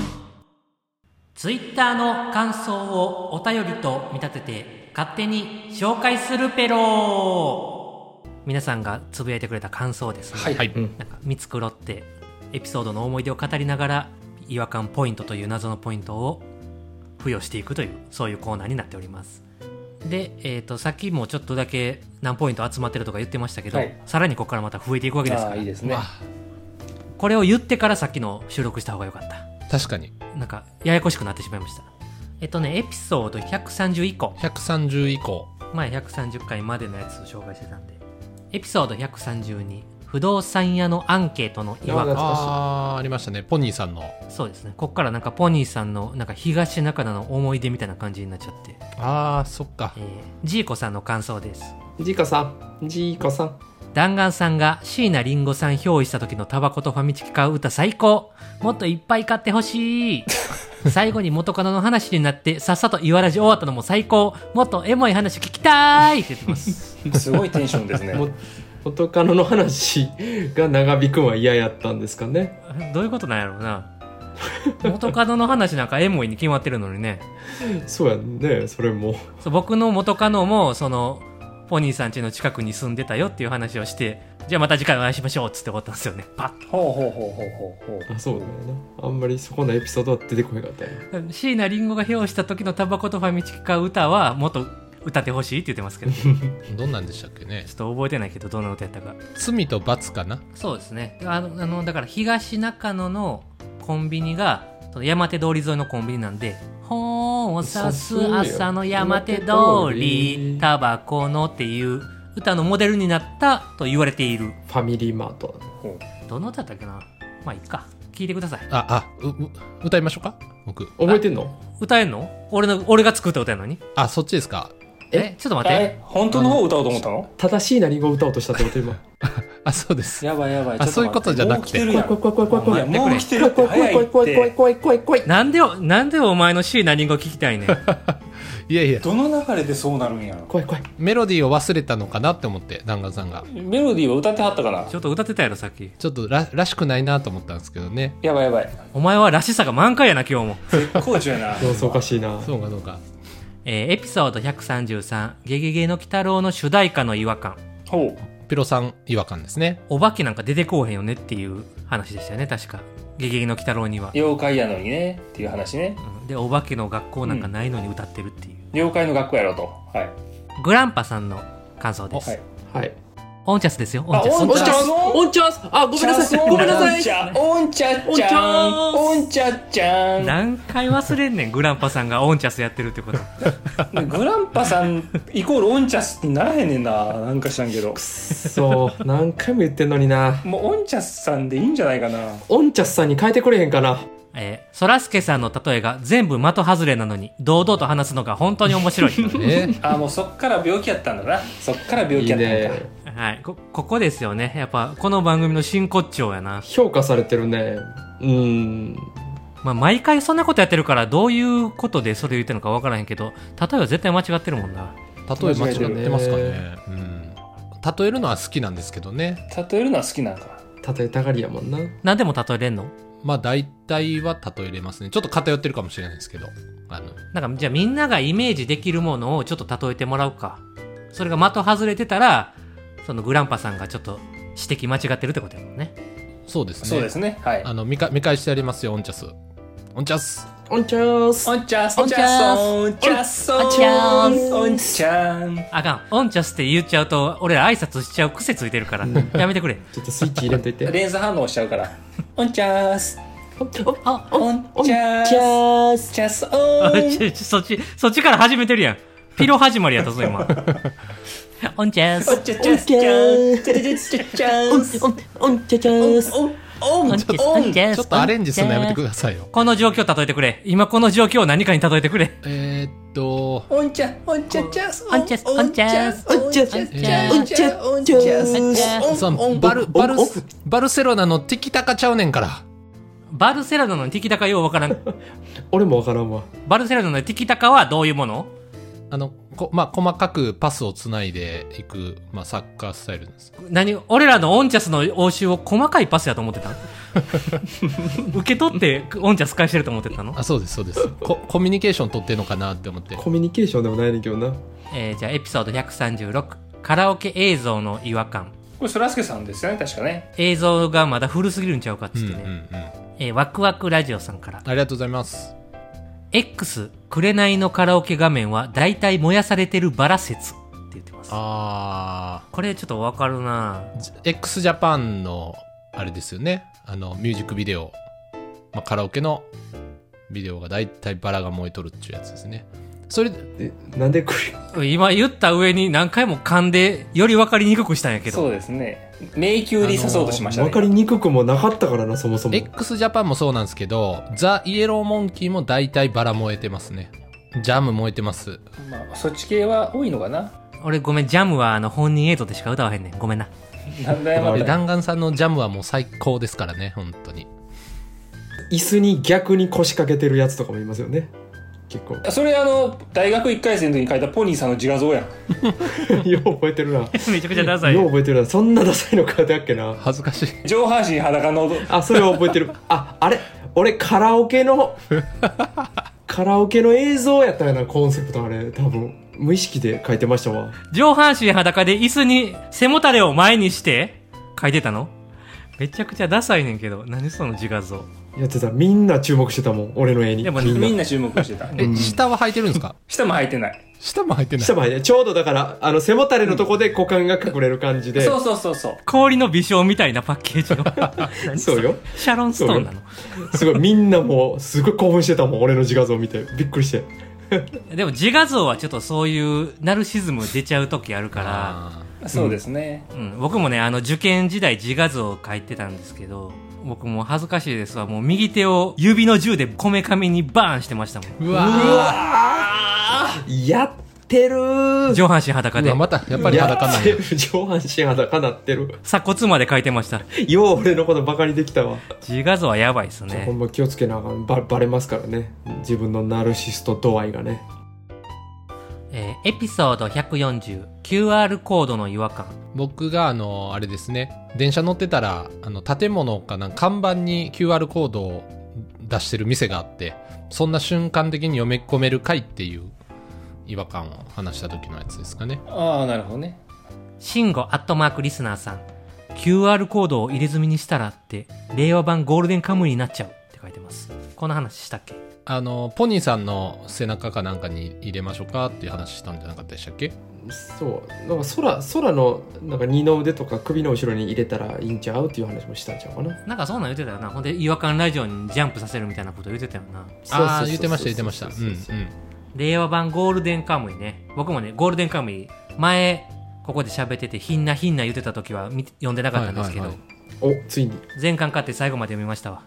[SPEAKER 8] Twitter の感想をお便りと見立てて勝手に紹介するペロ皆さんがつぶやいてくれた感想ですね、
[SPEAKER 5] はい
[SPEAKER 7] はい、
[SPEAKER 8] なんか見繕ってエピソードの思い出を語りながら違和感ポイントという謎のポイントを付与していくというそういうコーナーになっておりますで、えー、とさっきもちょっとだけ何ポイント集まってるとか言ってましたけど、
[SPEAKER 5] はい
[SPEAKER 8] さらにここからまた増えていくわけです
[SPEAKER 5] あ
[SPEAKER 8] か
[SPEAKER 5] あ
[SPEAKER 8] ら
[SPEAKER 5] いいですね
[SPEAKER 8] これを言ってからさっきの収録した方が良かった
[SPEAKER 7] 確かに
[SPEAKER 8] なんかややこしくなってしまいましたえっとねエピソード130以降
[SPEAKER 7] 130以降
[SPEAKER 8] 前130回までのやつを紹介してたんでエピソード132不動産屋のアンケートの違和感
[SPEAKER 7] ああーありましたねポニーさんの
[SPEAKER 8] そうですねこっからなんかポニーさんのなんか東中野の思い出みたいな感じになっちゃって、
[SPEAKER 7] あーそっか
[SPEAKER 8] えージーコさんの感想です
[SPEAKER 6] ジーコさん。ジーコさん。
[SPEAKER 8] 弾丸さんが椎名林檎さん憑依した時のタバコとファミチキ買う歌最高もっといっぱい買ってほし い最後に元カノの話になってさっさと言わらじ終わったのも最高もっとエモい話聞きたいって言ってます
[SPEAKER 5] すごいテンションですね
[SPEAKER 6] も元カノの話が長引くんは嫌やったんですかね。
[SPEAKER 8] どういうことなんやろうな元カノの話なんかエモいに決まってるのにね
[SPEAKER 6] そうやんね、それも。
[SPEAKER 8] そう僕の元カノもそのポニーさん家の近くに住んでたよっていう話をしてじゃあまた次回お会いしましょうっつって終わったんですよねパッ
[SPEAKER 5] ほうほうほうほうほうほう
[SPEAKER 6] あ、そうだよな。あんまりそこのエピソードは出てこなかったよ。
[SPEAKER 8] と椎名林檎が憑依した時のタバコとファミチキ買う歌はもっと歌ってほしいって言ってます けどちょ
[SPEAKER 7] どんなんでしたっけね
[SPEAKER 8] っと覚えてないけどどんな歌やったか
[SPEAKER 7] 罪と罰かな
[SPEAKER 8] そうですねあのあのだから東中野のコンビニがその山手通り沿いのコンビニなんで「本を刺す朝の山手通りタバコの」っていう歌のモデルになったと言われている
[SPEAKER 6] ファミリーマート。
[SPEAKER 8] どの歌だったっけなまあいいか聞いてください
[SPEAKER 7] ああうう歌いましょうか僕
[SPEAKER 6] 覚えてんの
[SPEAKER 8] 歌えんの俺の俺が作った歌やのに
[SPEAKER 7] あそっちですか
[SPEAKER 6] え
[SPEAKER 8] えちょっと待って
[SPEAKER 5] え本当の方を歌おうと思ったの
[SPEAKER 6] 正しい何語を歌おうとしたってこと今。
[SPEAKER 7] あそうです
[SPEAKER 5] やばいやばい
[SPEAKER 7] あそういうことじゃなく
[SPEAKER 5] も
[SPEAKER 7] て
[SPEAKER 5] う来てる
[SPEAKER 6] 怖い怖い怖
[SPEAKER 5] や
[SPEAKER 6] い
[SPEAKER 5] んいやもう来てるって
[SPEAKER 6] 怖
[SPEAKER 5] 早い
[SPEAKER 6] い
[SPEAKER 5] っ
[SPEAKER 6] 怖い怖い怖い
[SPEAKER 5] て
[SPEAKER 6] 怖い怖い怖い。
[SPEAKER 8] なんでよなんでお前の C 何語聞き たいねん
[SPEAKER 7] いやいや
[SPEAKER 5] どの流れでそうなるんやろ
[SPEAKER 6] 怖い怖い。
[SPEAKER 7] メロディーを忘れたのかなって思って弾丸さんが
[SPEAKER 5] メロディーを歌ってはったから
[SPEAKER 8] ちょっと歌ってたやろさっき
[SPEAKER 7] ちょっとららしくないなと思ったんですけどね
[SPEAKER 5] やばいやばい
[SPEAKER 8] お前はらしさが満開やな今日も、
[SPEAKER 5] 絶好調やな
[SPEAKER 6] 様子おかしいな。
[SPEAKER 7] そうかそうか
[SPEAKER 8] えーエピソード133「ゲゲゲの鬼太郎」の主題歌の違和感
[SPEAKER 5] ほう
[SPEAKER 7] ピロさん違和感ですね
[SPEAKER 8] お化けなんか出てこうへんよねっていう話でしたよね確か「ゲゲゲの鬼太郎」には、
[SPEAKER 5] 妖怪やのにねっていう話ね
[SPEAKER 8] うんでお化けの学校なんかないのに歌ってるっていう、
[SPEAKER 5] 妖怪の学校やろとはい
[SPEAKER 8] グランパさんの感想です、
[SPEAKER 5] はい
[SPEAKER 6] はい。
[SPEAKER 8] オンチャスですよオン
[SPEAKER 5] あ
[SPEAKER 8] チャス
[SPEAKER 5] オンチャス
[SPEAKER 6] オンチャンスあ、ごめんなさい。ごめんなさい。
[SPEAKER 5] オンチャオンチャッチャンオンチャッチャ
[SPEAKER 8] 何回忘れんねんグランパさんがオンチャスやってるってこと
[SPEAKER 5] ングランパさんイコールオンチャスってならへんねんななんかしたんけど
[SPEAKER 6] そう、何回も言ってんのにな。
[SPEAKER 5] もうオンチャスさんでいいんじゃないかな
[SPEAKER 6] オンチャスさんに変えてくれへんかな。
[SPEAKER 8] えー、そらすけさんの例えが全部的外れなのに堂々と話すのが本当に面白い、
[SPEAKER 7] え
[SPEAKER 5] あもうそっから病気やったんだなそっから病
[SPEAKER 6] い
[SPEAKER 5] 気
[SPEAKER 6] い
[SPEAKER 5] やったんか
[SPEAKER 6] ね。
[SPEAKER 8] えはい。こ、ここですよね。やっぱ、この番組の真骨頂やな。
[SPEAKER 6] 評価されてるね。うーん。
[SPEAKER 8] まあ、毎回そんなことやってるから、どういうことでそれ言ってるのかわからへんけど、例えば絶対間違ってるもんな。
[SPEAKER 7] 例え間違ってますかね。うん。例えるのは好きなんですけどね。
[SPEAKER 5] 例えるのは好きなんか
[SPEAKER 6] 例えたがりやもんな。
[SPEAKER 8] 何でも例えれんの
[SPEAKER 7] まあ大体は例えれますね。ちょっと偏ってるかもしれないですけど。あの、
[SPEAKER 8] なんか、じゃあみんながイメージできるものをちょっと例えてもらうか。それが的外れてたら、そのグランパさんがちょっと指摘間違ってるってことやもんね。
[SPEAKER 7] そうですね。
[SPEAKER 5] そうですねはい
[SPEAKER 7] あの、見か見返してやりますよ、オンチャス。オンチャス
[SPEAKER 6] オンチャース
[SPEAKER 5] おんちゃんおんちゃんおんちゃんおんちゃんおんちゃん
[SPEAKER 8] あかん。オンチャスって言っちゃうと、俺ら挨拶しちゃう癖ついてるから。やめて くれ。
[SPEAKER 6] ちょっとスイッチ入れんといて。
[SPEAKER 5] 連鎖反応しちゃうからおんちゃんす
[SPEAKER 8] あ、
[SPEAKER 5] おんちゃんすおんちゃんすお
[SPEAKER 8] あ
[SPEAKER 5] ん
[SPEAKER 8] ちょちょそっち、そっちから始めてるやん。ピロ始まりやったぞ、今。 オンチャー
[SPEAKER 5] お
[SPEAKER 8] ス
[SPEAKER 5] ん。ちゃんちゃんちゃんちゃんすおんおんおんちゃんおんおんちゃん
[SPEAKER 7] ちょっとアレンジするのやめてくださいよ。
[SPEAKER 8] この状況例えてくれ。今この状況を何かに例えてくれ。
[SPEAKER 7] えーっと、
[SPEAKER 5] おんちゃんおんちゃんちゃんすおんちゃんお
[SPEAKER 2] お
[SPEAKER 5] ん
[SPEAKER 2] ん
[SPEAKER 5] ち
[SPEAKER 2] ちゃ
[SPEAKER 5] ゃん
[SPEAKER 2] ん
[SPEAKER 5] すおんちゃんちゃんちゃんおんちゃんおんちゃんすおん
[SPEAKER 7] そ
[SPEAKER 5] お
[SPEAKER 7] の
[SPEAKER 5] ん
[SPEAKER 7] バル、バル
[SPEAKER 6] オフ、
[SPEAKER 7] バルセロナのティキタカちゃうねんから。
[SPEAKER 8] バルセロナのティキタカようわからん。
[SPEAKER 6] 俺もわからんわ。
[SPEAKER 8] バルセロナのティキタカはどういうもの
[SPEAKER 7] あの、こまあ、細かくパスをつないでいく、まあ、サッカースタイルです。
[SPEAKER 8] 何俺らのオンチャスの応酬を細かいパスやと思ってた 受け取ってオンチャス返してると思ってたの
[SPEAKER 7] あ、そうです、そうです。こコミュニケーション取ってんのかなって思って。
[SPEAKER 6] コミュニケーションでもないねんけどな。
[SPEAKER 8] えーじゃあエピソード136。カラオケ映像の違和感。
[SPEAKER 5] これそらすけさんですよね確かね
[SPEAKER 8] 映像がまだ古すぎるんちゃうかっつ
[SPEAKER 7] う
[SPEAKER 8] っ
[SPEAKER 7] んうん
[SPEAKER 8] てね。
[SPEAKER 7] うん。あ
[SPEAKER 8] えーワクワクラジオさんから。
[SPEAKER 7] りがとうございます。
[SPEAKER 8] X、紅のカラオケ画面は大体燃やされてるバラ説って言ってます。
[SPEAKER 7] あ
[SPEAKER 8] これちょっとわかるなぁ
[SPEAKER 7] ー、じ x ジャパンの、あれですよね。あの、ミュージックビデオ。まあ、カラオケのビデオが大体バラが燃えとるっていうやつですね。それ、
[SPEAKER 6] で、なんでこれ、
[SPEAKER 8] 今言った上に何回も噛んで、よりわかりにくくしたんやけど。
[SPEAKER 5] そうですね迷宮に刺そうとしましたね
[SPEAKER 6] わかりにくくもなかったからな、そもそも。
[SPEAKER 7] x ジャパンもそうなんですけど、ザ・イエローモンキーも大体バラ燃えてますね。ジャム燃えてます。
[SPEAKER 5] まあそっち系は多いのかな
[SPEAKER 8] 俺ごめん、ジャムはあの本人エイトでしか歌わへんねん。ごめんな。
[SPEAKER 5] なんだよま
[SPEAKER 7] で
[SPEAKER 5] だ
[SPEAKER 7] 弾丸さんのジャムはもう最高ですからね、本当に。
[SPEAKER 6] 椅子に逆に腰掛けてるやつとかもいますよね。結構。
[SPEAKER 5] それあの大学1回生の時に書いたポニーさんの自画像やん
[SPEAKER 6] よう覚えてるな。よ
[SPEAKER 8] めちゃくちゃダサい。
[SPEAKER 6] う覚えてるな。そんなダサいの書いてあっけな。
[SPEAKER 7] 恥ずかしい。
[SPEAKER 5] 上半身裸の
[SPEAKER 6] あ、それは覚えてる。あ、あれ俺カラオケの、カラオケの映像やったよな、コンセプトあれ。多分。無意識で書いてましたわ。
[SPEAKER 8] 上半身裸で椅子に背もたれを前にして、書いてたのめちゃくちゃダサいねんけど。何その自画像。
[SPEAKER 6] やってた。みんな注目してたもん。俺の絵に。
[SPEAKER 8] でもね
[SPEAKER 6] みんな
[SPEAKER 5] みんな注目してた
[SPEAKER 7] え、下は履いてるんですか
[SPEAKER 5] 下も履いてない
[SPEAKER 7] 下も履いてない
[SPEAKER 6] 下。までちょうどだから、あの、背もたれのとこで股間が隠れる感じで。
[SPEAKER 5] そうそうそうそう
[SPEAKER 8] 氷の微笑みたいなパッケージの。何 れ
[SPEAKER 6] そうよ。
[SPEAKER 8] シャロンストーンなの。
[SPEAKER 6] すごい、みんなもう、すごい興奮してたもん。俺の自画像見て。びっくりして。
[SPEAKER 8] でも自画像はちょっとそういうナルシズム出ちゃう時あるか
[SPEAKER 7] あー
[SPEAKER 5] そうですね、
[SPEAKER 8] ら、うん、僕もねあの受験時代自画像を描いてたんですけど僕もう恥ずかしいですわもう右手を指の銃でこめかみにバーンしてましたもん
[SPEAKER 7] うわ
[SPEAKER 6] やってるー
[SPEAKER 8] 上半身裸
[SPEAKER 7] ーう
[SPEAKER 8] で
[SPEAKER 7] わまたやっぱり裸なん
[SPEAKER 6] や
[SPEAKER 7] や
[SPEAKER 6] ってる上半身裸なってる。
[SPEAKER 8] 鎖骨まで描いてました
[SPEAKER 6] よう俺のことバカにできたわ。
[SPEAKER 8] 自画像はやばいっす
[SPEAKER 6] ほん
[SPEAKER 8] ね
[SPEAKER 6] ま気をつけなあかん。ば、ばれますからね。自分のナルシスト度合いがね。
[SPEAKER 8] えーエピソード 140QR コードの違和感
[SPEAKER 7] 僕があのあれですね電車乗ってたらあの建物かなんか看板に QR コードを出してる店があってそんな瞬間的に読み込めるかいっていう違和感を話した時のやつですかね
[SPEAKER 5] ああなるほどね
[SPEAKER 8] 慎吾アットマークリスナーさん QR コードを入れ墨にしたらって令和版ゴールデンカムイになっちゃうって書いてますこの話したっけ
[SPEAKER 7] あのポニーさんの背中かなんかに入れましょうかっていう話したんじゃなかったでしたっけ
[SPEAKER 6] そう。なんか空、空の、なんか二の腕とか首の後ろに入れたらいいんちゃうっていう話もしたんちゃうかな。
[SPEAKER 8] なんかそんなん言ってたよな。ほんで、違和感ラジオにジャンプさせるみたいなこと言ってたよな。
[SPEAKER 7] ああ言ってました言ってましたうんうん
[SPEAKER 8] 令和版ゴールデンカムイね。僕もね、ゴールデンカムイ、前、ここで喋ってて、ひんなひんな言ってた時は見て読んでなかったんですけど、
[SPEAKER 7] はいは
[SPEAKER 6] お、ついに。
[SPEAKER 8] 全巻買って最後まで読みましたわ。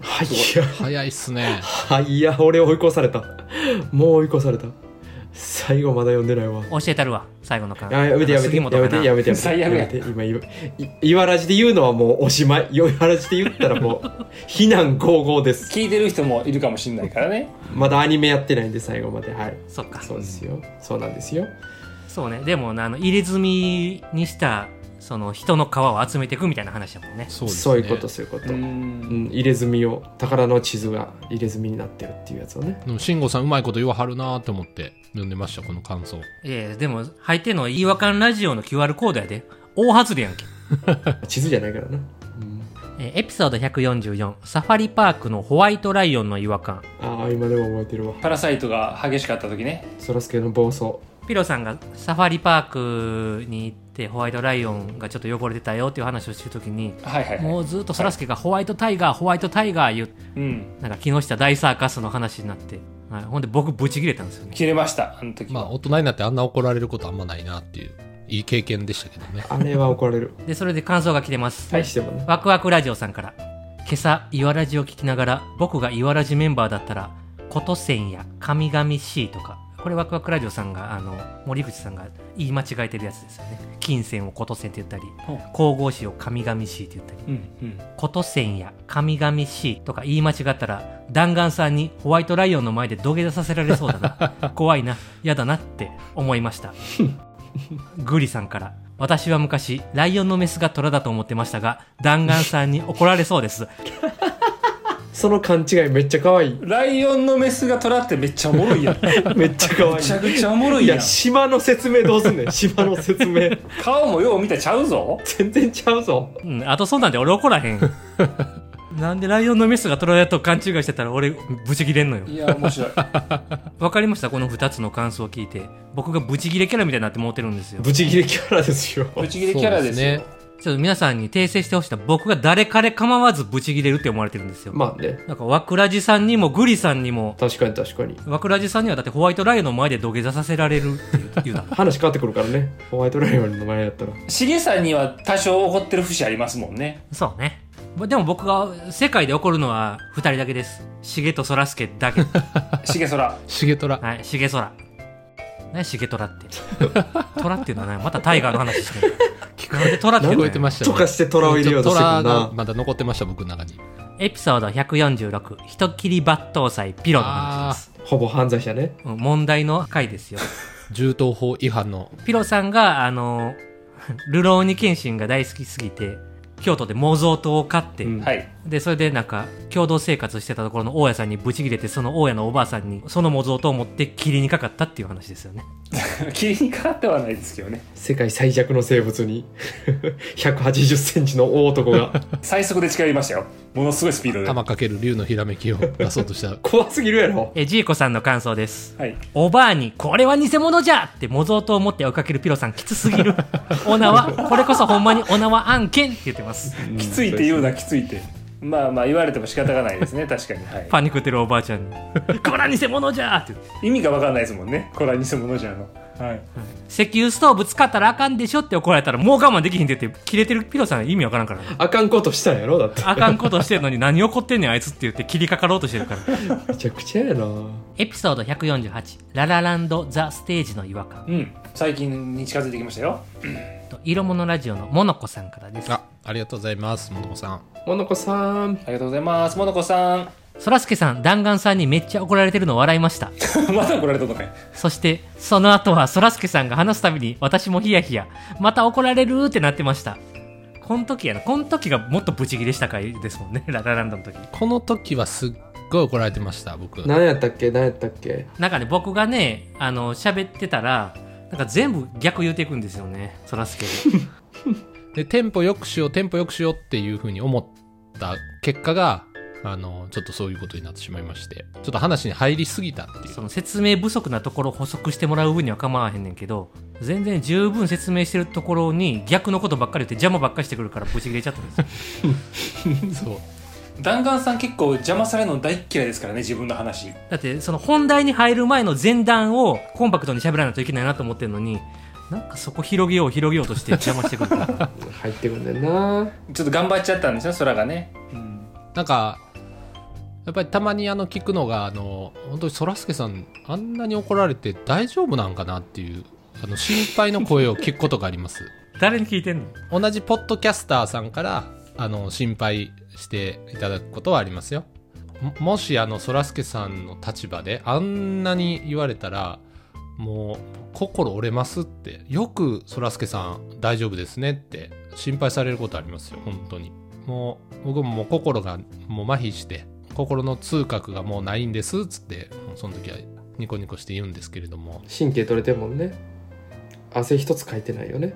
[SPEAKER 6] はいや、
[SPEAKER 7] 早いっすね
[SPEAKER 6] はいや、俺追い越された。もう追い越された。最後まだ読んでないわ
[SPEAKER 8] 教えたるわ最後の巻
[SPEAKER 6] あやめてやめて
[SPEAKER 8] 杉
[SPEAKER 6] やめ
[SPEAKER 8] 本かな
[SPEAKER 6] てやめてやめて
[SPEAKER 5] 最悪や
[SPEAKER 6] やめて今言わい言わらじで言うのはもうおしまい言わらじで言ったらもう非難合々です
[SPEAKER 5] 聞いてる人もいるかもしれないからね
[SPEAKER 6] まだアニメやってないんで最後まではい
[SPEAKER 8] そっか
[SPEAKER 6] そうですよそうなんですよ
[SPEAKER 8] そうねでもあの入れ墨にしたその人の皮を集めていくみたいな話だもんね
[SPEAKER 7] そうですね
[SPEAKER 6] そういうことそういうこと、うん
[SPEAKER 5] ん
[SPEAKER 6] 入れ墨を宝の地図が入れ墨になってるっていうやつをね
[SPEAKER 7] でも慎吾さんうまいこと言わはるなーって思って読んでましたこの感想
[SPEAKER 8] いやいやでも入ってんの違和感ラジオの QR コードやで大外れやんけ
[SPEAKER 6] 地図じゃないからな
[SPEAKER 8] えーエピソード144サファリパークのホワイトライオンの違和感
[SPEAKER 6] ああ今でも覚えてるわ
[SPEAKER 5] パラサイトが激しかった時ね
[SPEAKER 6] そらすけの暴走
[SPEAKER 8] ピロさんがサファリパークに行ってホワイトライオンがちょっと汚れてたよっていう話をしてる時に
[SPEAKER 5] はいはい
[SPEAKER 8] も
[SPEAKER 5] は
[SPEAKER 8] うずっとそらすけがホワイトタイガーホワイトタイガー言う
[SPEAKER 5] いうん
[SPEAKER 8] なんか木下大サーカスの話になって、はい、ほんで僕ブチ切れたんですよね
[SPEAKER 5] 切れましたあの時
[SPEAKER 7] まあ
[SPEAKER 5] は
[SPEAKER 7] 大人になってあんな怒られることあんまないなっていういい経験でしたけど ね
[SPEAKER 6] あれは怒られる
[SPEAKER 8] でそれで感想が来てます、
[SPEAKER 6] 大してもね
[SPEAKER 8] ワクワクラジオさんから今朝イワラジを聞きながら僕がイワラジメンバーだったら「ことせん」や「神々しい」とかこれワクワクラジオさんがあの森口さんが言い間違えてるやつですよね金銭をことせんって言ったり
[SPEAKER 5] ほう
[SPEAKER 8] 神々しいを神々しいって言ったり
[SPEAKER 5] うんうん
[SPEAKER 8] ことせんや神々しいとか言い間違ったら弾丸さんにホワイトライオンの前で土下座させられそうだ な怖いな嫌だなって思いましたグリさんから私は昔ライオンのメスが虎だと思ってましたが弾丸さんに怒られそうです
[SPEAKER 6] その勘違いめっちゃ可愛い
[SPEAKER 5] ライオンのメスが虎ってめっちゃおもろいや んめ
[SPEAKER 6] めっちゃ可愛い
[SPEAKER 5] ちゃくちゃおもろい
[SPEAKER 6] い
[SPEAKER 5] やん
[SPEAKER 6] や島の説明どうすんねん島の説明
[SPEAKER 5] 顔もよう見たちゃうぞ
[SPEAKER 6] 全然ちゃうぞ
[SPEAKER 8] うんあとそうなんで俺怒らへんなんでライオンのメスが虎だと勘違いしてたら俺ブチギレんのよ
[SPEAKER 5] いや面白い
[SPEAKER 8] わかりましたこの2つの感想を聞いて僕がブチギレキャラみたいになって思ってるんですよ
[SPEAKER 6] ブチギレキャラですよ
[SPEAKER 5] ぶち切れキャラですよ
[SPEAKER 7] そう
[SPEAKER 8] ちょっと皆さんに訂正してほしいな僕が誰彼構わずブチギレるって思われてるんですよ。
[SPEAKER 6] まあね
[SPEAKER 8] なんか、ワクラジさんにもグリさんにも、
[SPEAKER 6] 確かに確かに
[SPEAKER 8] ワクラジさんにはだってホワイトライオンの前で土下座させられるって言う言うな。
[SPEAKER 6] 話変わってくるからねホワイトライオンの前やったら
[SPEAKER 5] しげさんには多少怒ってる節ありますもんね
[SPEAKER 8] そうね。までも僕が世界で起こるのは2人だけです。シゲとソラスケだけ。
[SPEAKER 5] しげそら
[SPEAKER 7] 重虎
[SPEAKER 8] はい、シゲソラ。ね、シゲトラって。トラっていうのはね、またタイガーの話してる。聞かれてトラって
[SPEAKER 7] 聞
[SPEAKER 8] 言う
[SPEAKER 7] こ
[SPEAKER 8] の
[SPEAKER 7] えてました
[SPEAKER 6] とかして虎を入れようとしてく
[SPEAKER 7] 虎
[SPEAKER 6] る
[SPEAKER 7] が
[SPEAKER 6] な
[SPEAKER 7] まだ残ってました僕の中に
[SPEAKER 8] エピソード146、人切り抜刀祭ピロの話です。
[SPEAKER 6] ほぼ犯罪者ね
[SPEAKER 8] うん問題の回ですよ。
[SPEAKER 7] 銃刀法違反の
[SPEAKER 8] ピロさんが、あの、ルローニケンシンが大好きすぎて、京都で模造刀を買って、
[SPEAKER 6] うん
[SPEAKER 5] はい
[SPEAKER 8] で、それでなんか、共同生活してたところの大家さんにブチ切れて、その大家のおばあさんに、その模造刀を持って切りにかかったっていう話ですよね。
[SPEAKER 5] 切りにかかってはないですけどね
[SPEAKER 6] 世界最弱の生物に 180センチの大男が
[SPEAKER 5] 最速で近寄りましたよものすごいスピードで
[SPEAKER 7] 玉かける竜のひらめきを出そうとした
[SPEAKER 6] 怖すぎるやろ
[SPEAKER 8] え、ジーコさんの感想です。
[SPEAKER 5] はい
[SPEAKER 8] おばあに、これは偽物じゃって模造刀を持って追いかけるピロさん、きつすぎ る。お縄、これこそほんまにお縄案件って言ってます。
[SPEAKER 5] きついって言うなきついってまあまあ言われても仕方がない ですね確かに、はい
[SPEAKER 8] パニックってるおばあちゃんに、これは偽物じゃって言って。
[SPEAKER 5] 意味が分かんないですもんねこれは偽物じゃの、はい、
[SPEAKER 8] 石油ストーブ使ったらあかんでしょって怒られたらもう我慢できひんでって切れてるピロさん意味わからんからね
[SPEAKER 6] あかんことしたんやろだって
[SPEAKER 8] あかんことしてるのに何怒ってんねんあいつって言って切りかかろうとしてるから
[SPEAKER 6] めちゃくちゃやな
[SPEAKER 8] エピソード148「ララランド・ザ・ステージの違和感
[SPEAKER 5] うん最近に近づいてきましたよ」
[SPEAKER 8] と色物ラジオのモノコさんからです
[SPEAKER 7] あありがとうございますもともさん
[SPEAKER 6] モノコさん
[SPEAKER 5] ありがとうございますモノコさん
[SPEAKER 8] そらすけさん弾丸さんにめっちゃ怒られてるの笑いました
[SPEAKER 5] まだ怒られたのかい
[SPEAKER 8] そしてその後はそらすけさんが話すたびに私もヒヤヒヤまた怒られるってなってましたこの時やなこの時がもっとブチギレした回ですもんね ララランドの時
[SPEAKER 7] この時はすっごい怒られてました僕
[SPEAKER 6] 何やったっけ何やったっけ
[SPEAKER 8] なんかね、僕がね、あの、喋ってたら、なんか全部逆言うていくんですよね、そらすけ で。
[SPEAKER 7] でテンポよくしようテンポよくしようっていうふうに思った結果があのちょっとそういうことになってしまいましてちょっと話に入りすぎたっていう
[SPEAKER 8] その説明不足なところを補足してもらう分には構わへんねんけど、全然十分説明してるところに逆のことばっかり言って邪魔ばっかりしてくるからブチ切れちゃったんですよ。
[SPEAKER 7] そう
[SPEAKER 5] 弾丸さん結構邪魔されるの大っ嫌いですからね自分の話
[SPEAKER 8] だって、その本題に入る前の前段をコンパクトに喋らないといけないなと思ってるのに、なんかそこ広げよう広げようとして邪魔してくる から。
[SPEAKER 6] 入ってくんねんな
[SPEAKER 5] ちょっと頑張っちゃったんですよ空がね、うん、
[SPEAKER 7] なんかやっぱりたまにあの聞くのがあの本当にそらすけさんあんなに怒られて大丈夫なんかなっていうあの心配の声を聞くことがあります
[SPEAKER 8] 誰に聞いてんの
[SPEAKER 7] 同じポッドキャスターさんからあの心配していただくことはありますよももしあのそらすけさんの立場であんなに言われたらもう心折れますってよくそらすけさん大丈夫ですねって心配されることありますよ本当にもう僕ももう心がもう麻痺して心の痛覚がもうないんですっつってもうその時はニコニコして言うんですけれども
[SPEAKER 6] 神経取れてるもんね汗一つかいてないよね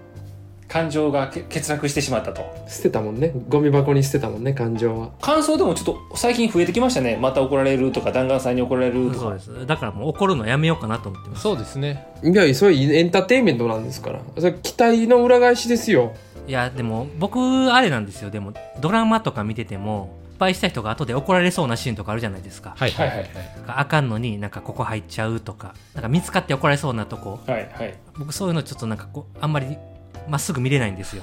[SPEAKER 5] 感情がけ欠落してしまったと
[SPEAKER 6] 捨てたもんねゴミ箱に捨てたもんね感情は
[SPEAKER 5] 感想でもちょっと最近増えてきましたねまた怒られるとか弾丸さんに怒られると
[SPEAKER 8] そう
[SPEAKER 5] か
[SPEAKER 8] ですだからもう怒るのやめようかなと思ってます
[SPEAKER 7] そうですね
[SPEAKER 6] いやそれエンターテインメントなんですからそれ期待の裏返しですよ
[SPEAKER 8] いやでも僕あれなんですよでもドラマとか見てても失敗した人が後で怒られそうなシーンとかあるじゃないですか、
[SPEAKER 7] はいはいはい、
[SPEAKER 8] あかんのになんかここ入っちゃうとかなんか見つかって怒られそうなとこ
[SPEAKER 5] はいはい
[SPEAKER 8] 僕そういうのちょっとなんかこうあんまりまっすぐ見れないんですよ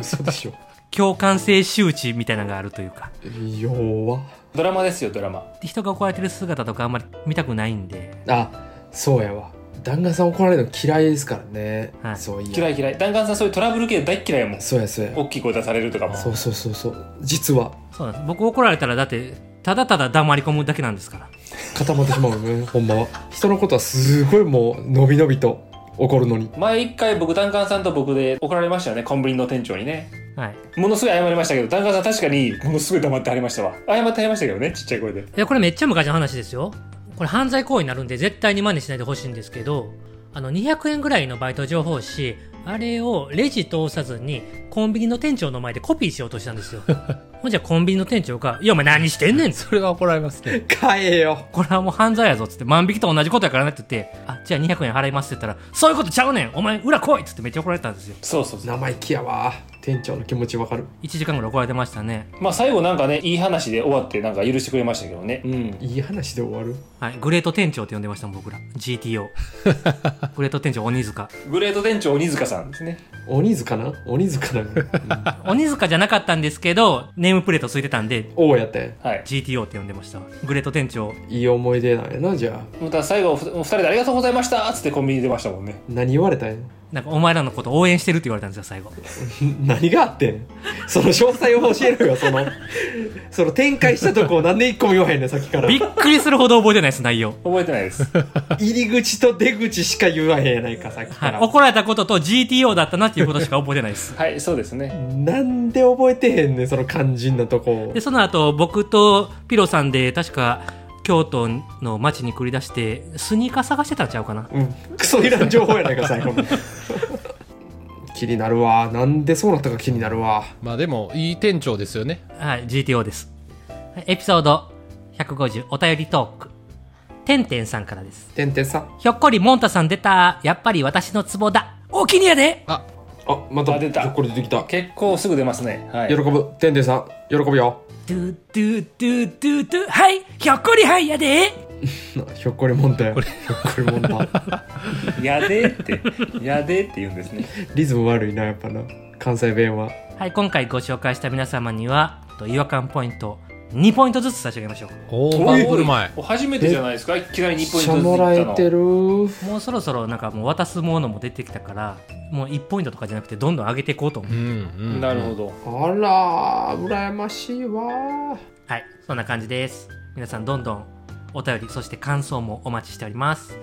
[SPEAKER 6] 嘘でしょ
[SPEAKER 8] 共感性周知みたいなのがあるというか
[SPEAKER 6] 弱
[SPEAKER 5] ドラマですよドラマ
[SPEAKER 8] で人が怒られてる姿とかあんまり見たくないんで
[SPEAKER 6] あそうやわ旦那さん怒られるの嫌いですからね、
[SPEAKER 8] はい
[SPEAKER 6] そういや
[SPEAKER 5] 嫌い嫌い弾丸さんそういうトラブル系大っ嫌いやもん
[SPEAKER 6] そうやそうや
[SPEAKER 5] 大きい声出されるとかも
[SPEAKER 6] そうそうそうそう実は
[SPEAKER 8] そうなんです僕怒られたらだってただただ黙り込むだけなんですから
[SPEAKER 6] 固まってしまうよね ほんまは人のことはすごいもうのびのびと怒るのに
[SPEAKER 5] 前一回僕弾丸さんと僕で怒られましたよねコンビニの店長にね
[SPEAKER 8] はい
[SPEAKER 5] ものすごい謝りましたけど弾丸さん確かにものすごい黙ってはりましたわ謝ってはりましたけどねちっちゃい声で
[SPEAKER 8] いやこれめっちゃ昔の話ですよこれ犯罪行為になるんで絶対に真似しないでほしいんですけどあの200円ぐらいのバイト情報誌あれをレジ通さずにコンビニの店長の前でコピーしようとしたんです よほんじゃコンビニの店長が「いやお前何してんねん」
[SPEAKER 7] それは怒られますね
[SPEAKER 6] 買えよ
[SPEAKER 8] これはもう犯罪やぞっつって万引きと同じことやからなって言って「あじゃあ200円払います」って言ったら「そういうことちゃうねんお前裏来い」っつってめっちゃ怒られたんですよ
[SPEAKER 5] そうそうそう
[SPEAKER 6] 生意気やわ店長の気持ちわかる
[SPEAKER 8] 1時間ぐらい怒られてましたね
[SPEAKER 5] まあ最後なんかねいい話で終わってなんか許してくれましたけどねうん
[SPEAKER 6] いい話で終わる
[SPEAKER 8] はいグレート店長って呼んでましたもん僕ら GTO グレート店長鬼塚
[SPEAKER 5] グレート店長鬼塚さんですね
[SPEAKER 6] 鬼塚な鬼塚な うん
[SPEAKER 8] 鬼塚じゃなかったんですけどネームプレートついてたんで
[SPEAKER 6] 王やったやん
[SPEAKER 5] はい
[SPEAKER 8] GTO って呼んでましたわグレート店長
[SPEAKER 6] いい思い出なんやなじゃあ
[SPEAKER 5] また最後ふ二人でありがとうございましたっつってコンビニ出ましたもんね
[SPEAKER 6] 何言われたんや
[SPEAKER 8] なんかお前らのこと応援してるって言われたんですよ最後
[SPEAKER 6] 何があってんその詳細を教えろよそのその展開したとこをなんで一個も言わへんねんさっきから
[SPEAKER 8] びっ
[SPEAKER 6] 入
[SPEAKER 8] くりするほど覚えてないです 内容
[SPEAKER 5] 覚えてないです
[SPEAKER 6] り口と出口しか言わへんやないかさっき
[SPEAKER 8] は
[SPEAKER 6] か
[SPEAKER 8] い
[SPEAKER 6] ら、
[SPEAKER 8] 怒られたことと GTO だったなっていうことしか覚えてないです
[SPEAKER 5] はいそうですね
[SPEAKER 6] なんで覚えてへんねんその肝心なとこを
[SPEAKER 8] でその後僕とピロさんで確か京都の街に繰り出してスニーカー探してたんちゃうかな
[SPEAKER 6] うん、クソいらん情報やないか最後の気になるわなんでそうなったか気になるわ
[SPEAKER 7] まあでもいい店長ですよね
[SPEAKER 8] はい GTO ですエピソード150お便りトークてんてんさんからです
[SPEAKER 6] てんてんさん
[SPEAKER 8] ひょっこりもんたさん出たやっぱり私のツボだお気にやで
[SPEAKER 7] あ
[SPEAKER 6] あまた
[SPEAKER 5] あ出た
[SPEAKER 6] ひょっこり出てきた
[SPEAKER 5] 結構すぐ出ますねは
[SPEAKER 6] 喜
[SPEAKER 5] い
[SPEAKER 6] ぶてんてんさん喜ぶよ
[SPEAKER 8] ドゥドゥドゥドゥドゥはいひょっこりはいやで
[SPEAKER 6] な ひょっこりもんたよひょっこりもん た
[SPEAKER 5] やでってやでって言うんですね
[SPEAKER 6] リズム悪いなやっぱな関西弁は
[SPEAKER 8] はい今回ご紹介した皆様にはと違和感ポイント2ポイントずつ差し上げましょう
[SPEAKER 7] おお番振る舞い
[SPEAKER 5] お初めてじゃないですかいきなり2ポイン
[SPEAKER 6] しゃ
[SPEAKER 5] トずつい
[SPEAKER 6] もらえ
[SPEAKER 5] った
[SPEAKER 6] て
[SPEAKER 5] の
[SPEAKER 6] る
[SPEAKER 8] もうそろそろなんかもう渡すものも出てきたからもう1ポイントとかじゃなくてどんどん上げていこうと思う、
[SPEAKER 7] うんうん
[SPEAKER 5] なるほど
[SPEAKER 6] あら羨ましいわ
[SPEAKER 8] はいそんな感じです皆さんどんどんお便りそして感想もお待ちしております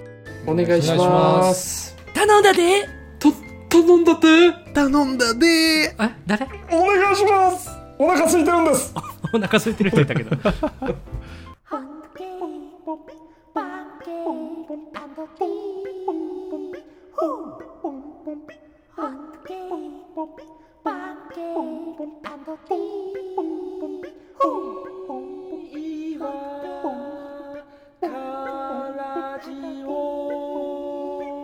[SPEAKER 6] お願いし
[SPEAKER 7] お願いし
[SPEAKER 6] ま
[SPEAKER 7] ます
[SPEAKER 8] 頼んだで
[SPEAKER 6] と頼んだって
[SPEAKER 7] 頼んだで
[SPEAKER 8] え誰
[SPEAKER 5] お願いしますお腹空いてるんです
[SPEAKER 8] お腹空いてる人いたけど
[SPEAKER 2] Hungry.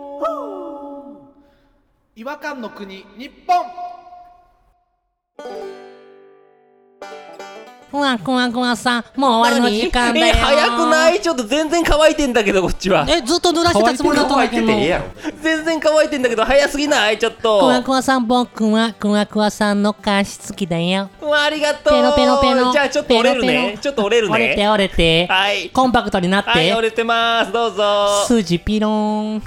[SPEAKER 1] 違和感の国日本
[SPEAKER 8] 本
[SPEAKER 2] わくわくわさん、もう終わりの時間だよ。
[SPEAKER 1] え早くないちょっと全然乾いてんだけどこっちは
[SPEAKER 2] え、ずっと濡らしてたつもりだったんだけど。
[SPEAKER 1] ろ全然乾いてんだけど早すぎないちょっ
[SPEAKER 2] くわ
[SPEAKER 1] と
[SPEAKER 2] くわさん、僕はくわくわさんの加湿器だよ。
[SPEAKER 1] うわありがとう
[SPEAKER 2] ペロペロペロ
[SPEAKER 1] じゃあちょっと折れるね
[SPEAKER 2] ペロペロ
[SPEAKER 1] ちょっと折れるね
[SPEAKER 2] 折れて折れて。
[SPEAKER 1] はい
[SPEAKER 2] コンパクトになって。
[SPEAKER 1] はい折れてますどうぞ
[SPEAKER 2] 筋ピローン。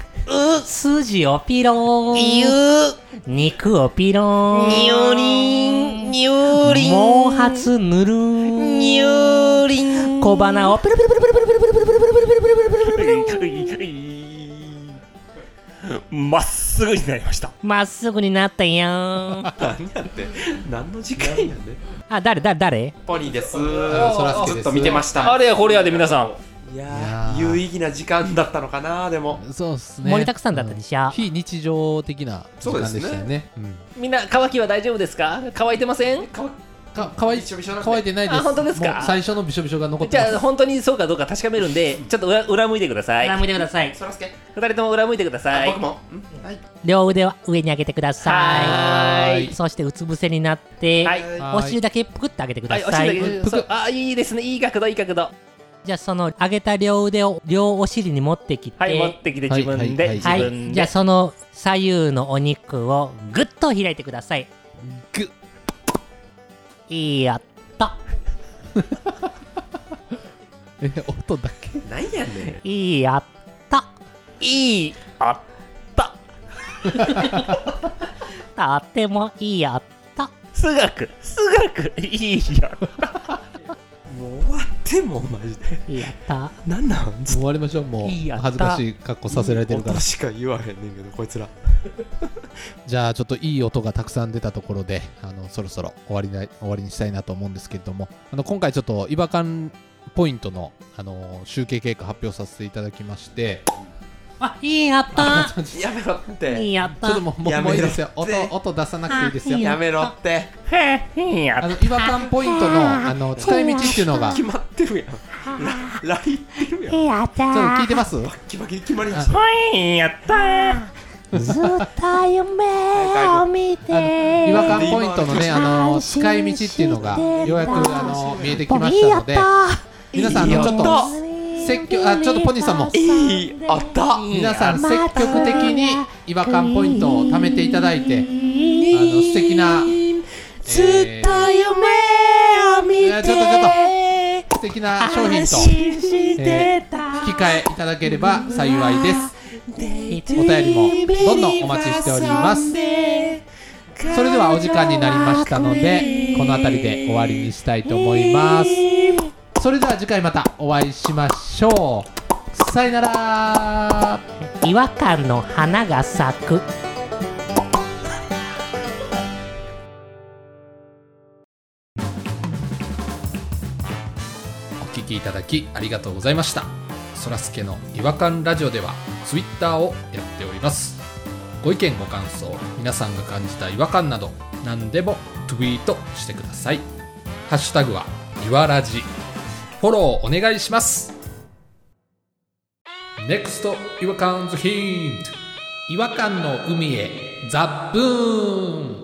[SPEAKER 2] 筋をピローン。肉をピローン。
[SPEAKER 1] にゅりんにゅりん
[SPEAKER 2] 毛髪ぬるーん。
[SPEAKER 1] にゅりん
[SPEAKER 2] 小鼻をピロピロピロピロピロピロピロピロピロピロピロピロピロピロピロ
[SPEAKER 1] まっすぐになりました
[SPEAKER 2] まっすぐになったよー
[SPEAKER 1] 何やって何の時間やね
[SPEAKER 2] あ、誰誰誰
[SPEAKER 1] ポニーです
[SPEAKER 4] そらすけです
[SPEAKER 1] ずっと見てましたあれやこれやで皆さんいや
[SPEAKER 4] や
[SPEAKER 1] ー
[SPEAKER 4] ー
[SPEAKER 1] 有意義な時間だったのかなでも
[SPEAKER 4] そうですね
[SPEAKER 2] 盛りだくさんだったでしょ
[SPEAKER 4] 非日常的な時間でしたよねうん
[SPEAKER 1] みんな乾きは大丈夫ですか乾いてません
[SPEAKER 4] か乾い
[SPEAKER 1] びしょびしょなんで
[SPEAKER 4] 乾いてないです
[SPEAKER 1] あ本当ですか
[SPEAKER 4] もう最初のびしょびしょが残っ
[SPEAKER 1] じ
[SPEAKER 4] てます
[SPEAKER 1] ゃあ本当にそうかどうか確かめるんでちょっと裏裏向いてください
[SPEAKER 2] 向いてください
[SPEAKER 1] そらすけ二人とも裏向いてください僕も
[SPEAKER 2] 両腕は上に上げてくださ
[SPEAKER 1] はいーい
[SPEAKER 2] そしてうつ伏せになって、
[SPEAKER 1] はい
[SPEAKER 4] は
[SPEAKER 2] お
[SPEAKER 4] い
[SPEAKER 2] 尻だけぷくって上げてく
[SPEAKER 1] は
[SPEAKER 2] だ
[SPEAKER 1] いお
[SPEAKER 2] さい、
[SPEAKER 1] 尻だけそうあいいですねいい角度いい角度
[SPEAKER 2] じゃあその上げた両腕を両お尻に持ってきて
[SPEAKER 1] はい持ってきて
[SPEAKER 4] はい
[SPEAKER 1] 自分
[SPEAKER 4] は
[SPEAKER 1] で
[SPEAKER 4] い
[SPEAKER 1] 自
[SPEAKER 2] はい
[SPEAKER 1] 分
[SPEAKER 2] じゃあ
[SPEAKER 1] で
[SPEAKER 2] その左右のお肉をぐっと開いてください
[SPEAKER 4] ぐっ
[SPEAKER 2] いいやっと
[SPEAKER 4] え音だ け
[SPEAKER 1] なんやね
[SPEAKER 2] いいやっと
[SPEAKER 1] んいいあった
[SPEAKER 2] とってもいいやっと
[SPEAKER 1] 数学数学いいやもう終わってもマジで
[SPEAKER 2] いいやった
[SPEAKER 1] なんなん
[SPEAKER 4] 終わりましょうもう
[SPEAKER 2] いいやった
[SPEAKER 4] 恥ずかしい格好させられてるから
[SPEAKER 1] 音しか言わへんねんけどこいつら
[SPEAKER 4] じゃあちょっといい音がたくさん出たところであのそろそろ終わりな終わりにしたいなと思うんですけれどもあの今回ちょっと違和感ポイントのあの集計結果発表させていただきまして
[SPEAKER 2] あいいやった
[SPEAKER 1] やめろっ
[SPEAKER 2] いい
[SPEAKER 1] て
[SPEAKER 2] やっ
[SPEAKER 4] ちょっと
[SPEAKER 2] た
[SPEAKER 4] もうも
[SPEAKER 1] や
[SPEAKER 4] う
[SPEAKER 1] めろ
[SPEAKER 4] もういいですよ音
[SPEAKER 1] ぜ
[SPEAKER 4] 音出さなくていいですよ
[SPEAKER 2] あいい
[SPEAKER 1] や
[SPEAKER 2] や
[SPEAKER 1] めろって
[SPEAKER 4] あの違和感ポイントのあの使い道っていうのがち
[SPEAKER 1] 決ま
[SPEAKER 4] ょっ
[SPEAKER 1] ってるやんラライってるやん
[SPEAKER 4] と聞いてます
[SPEAKER 1] 決まり決まりました
[SPEAKER 4] 違和感ポイントのね、あの使い道っていうのがようやくあの見えてきましたので、皆さんあのちょっと積極あちょっとポニーさんも
[SPEAKER 1] いいあった
[SPEAKER 4] 皆さん積極的に違和感ポイントを貯めていただいて、あの素敵なずっと夢を見て、ちょっとちょっと素敵な商品と、えー引き換えいただければ幸いです。お便りもどんどんお待ちしております。それではお時間になりましたのでこの辺りで終わりにしたいと思いますそれでは次回またお会いしましょうさよなら
[SPEAKER 2] 違和感の花が咲く
[SPEAKER 4] お聞きいただきありがとうございましたそらすけの違和感ラジオではツイッターをやっておりますご意見ご感想皆さんが感じた違和感など何でもツイートしてくださいハッシュタグはいわらじフォローお願いします NEXT 違和感ズヒント違和感の海へザップーン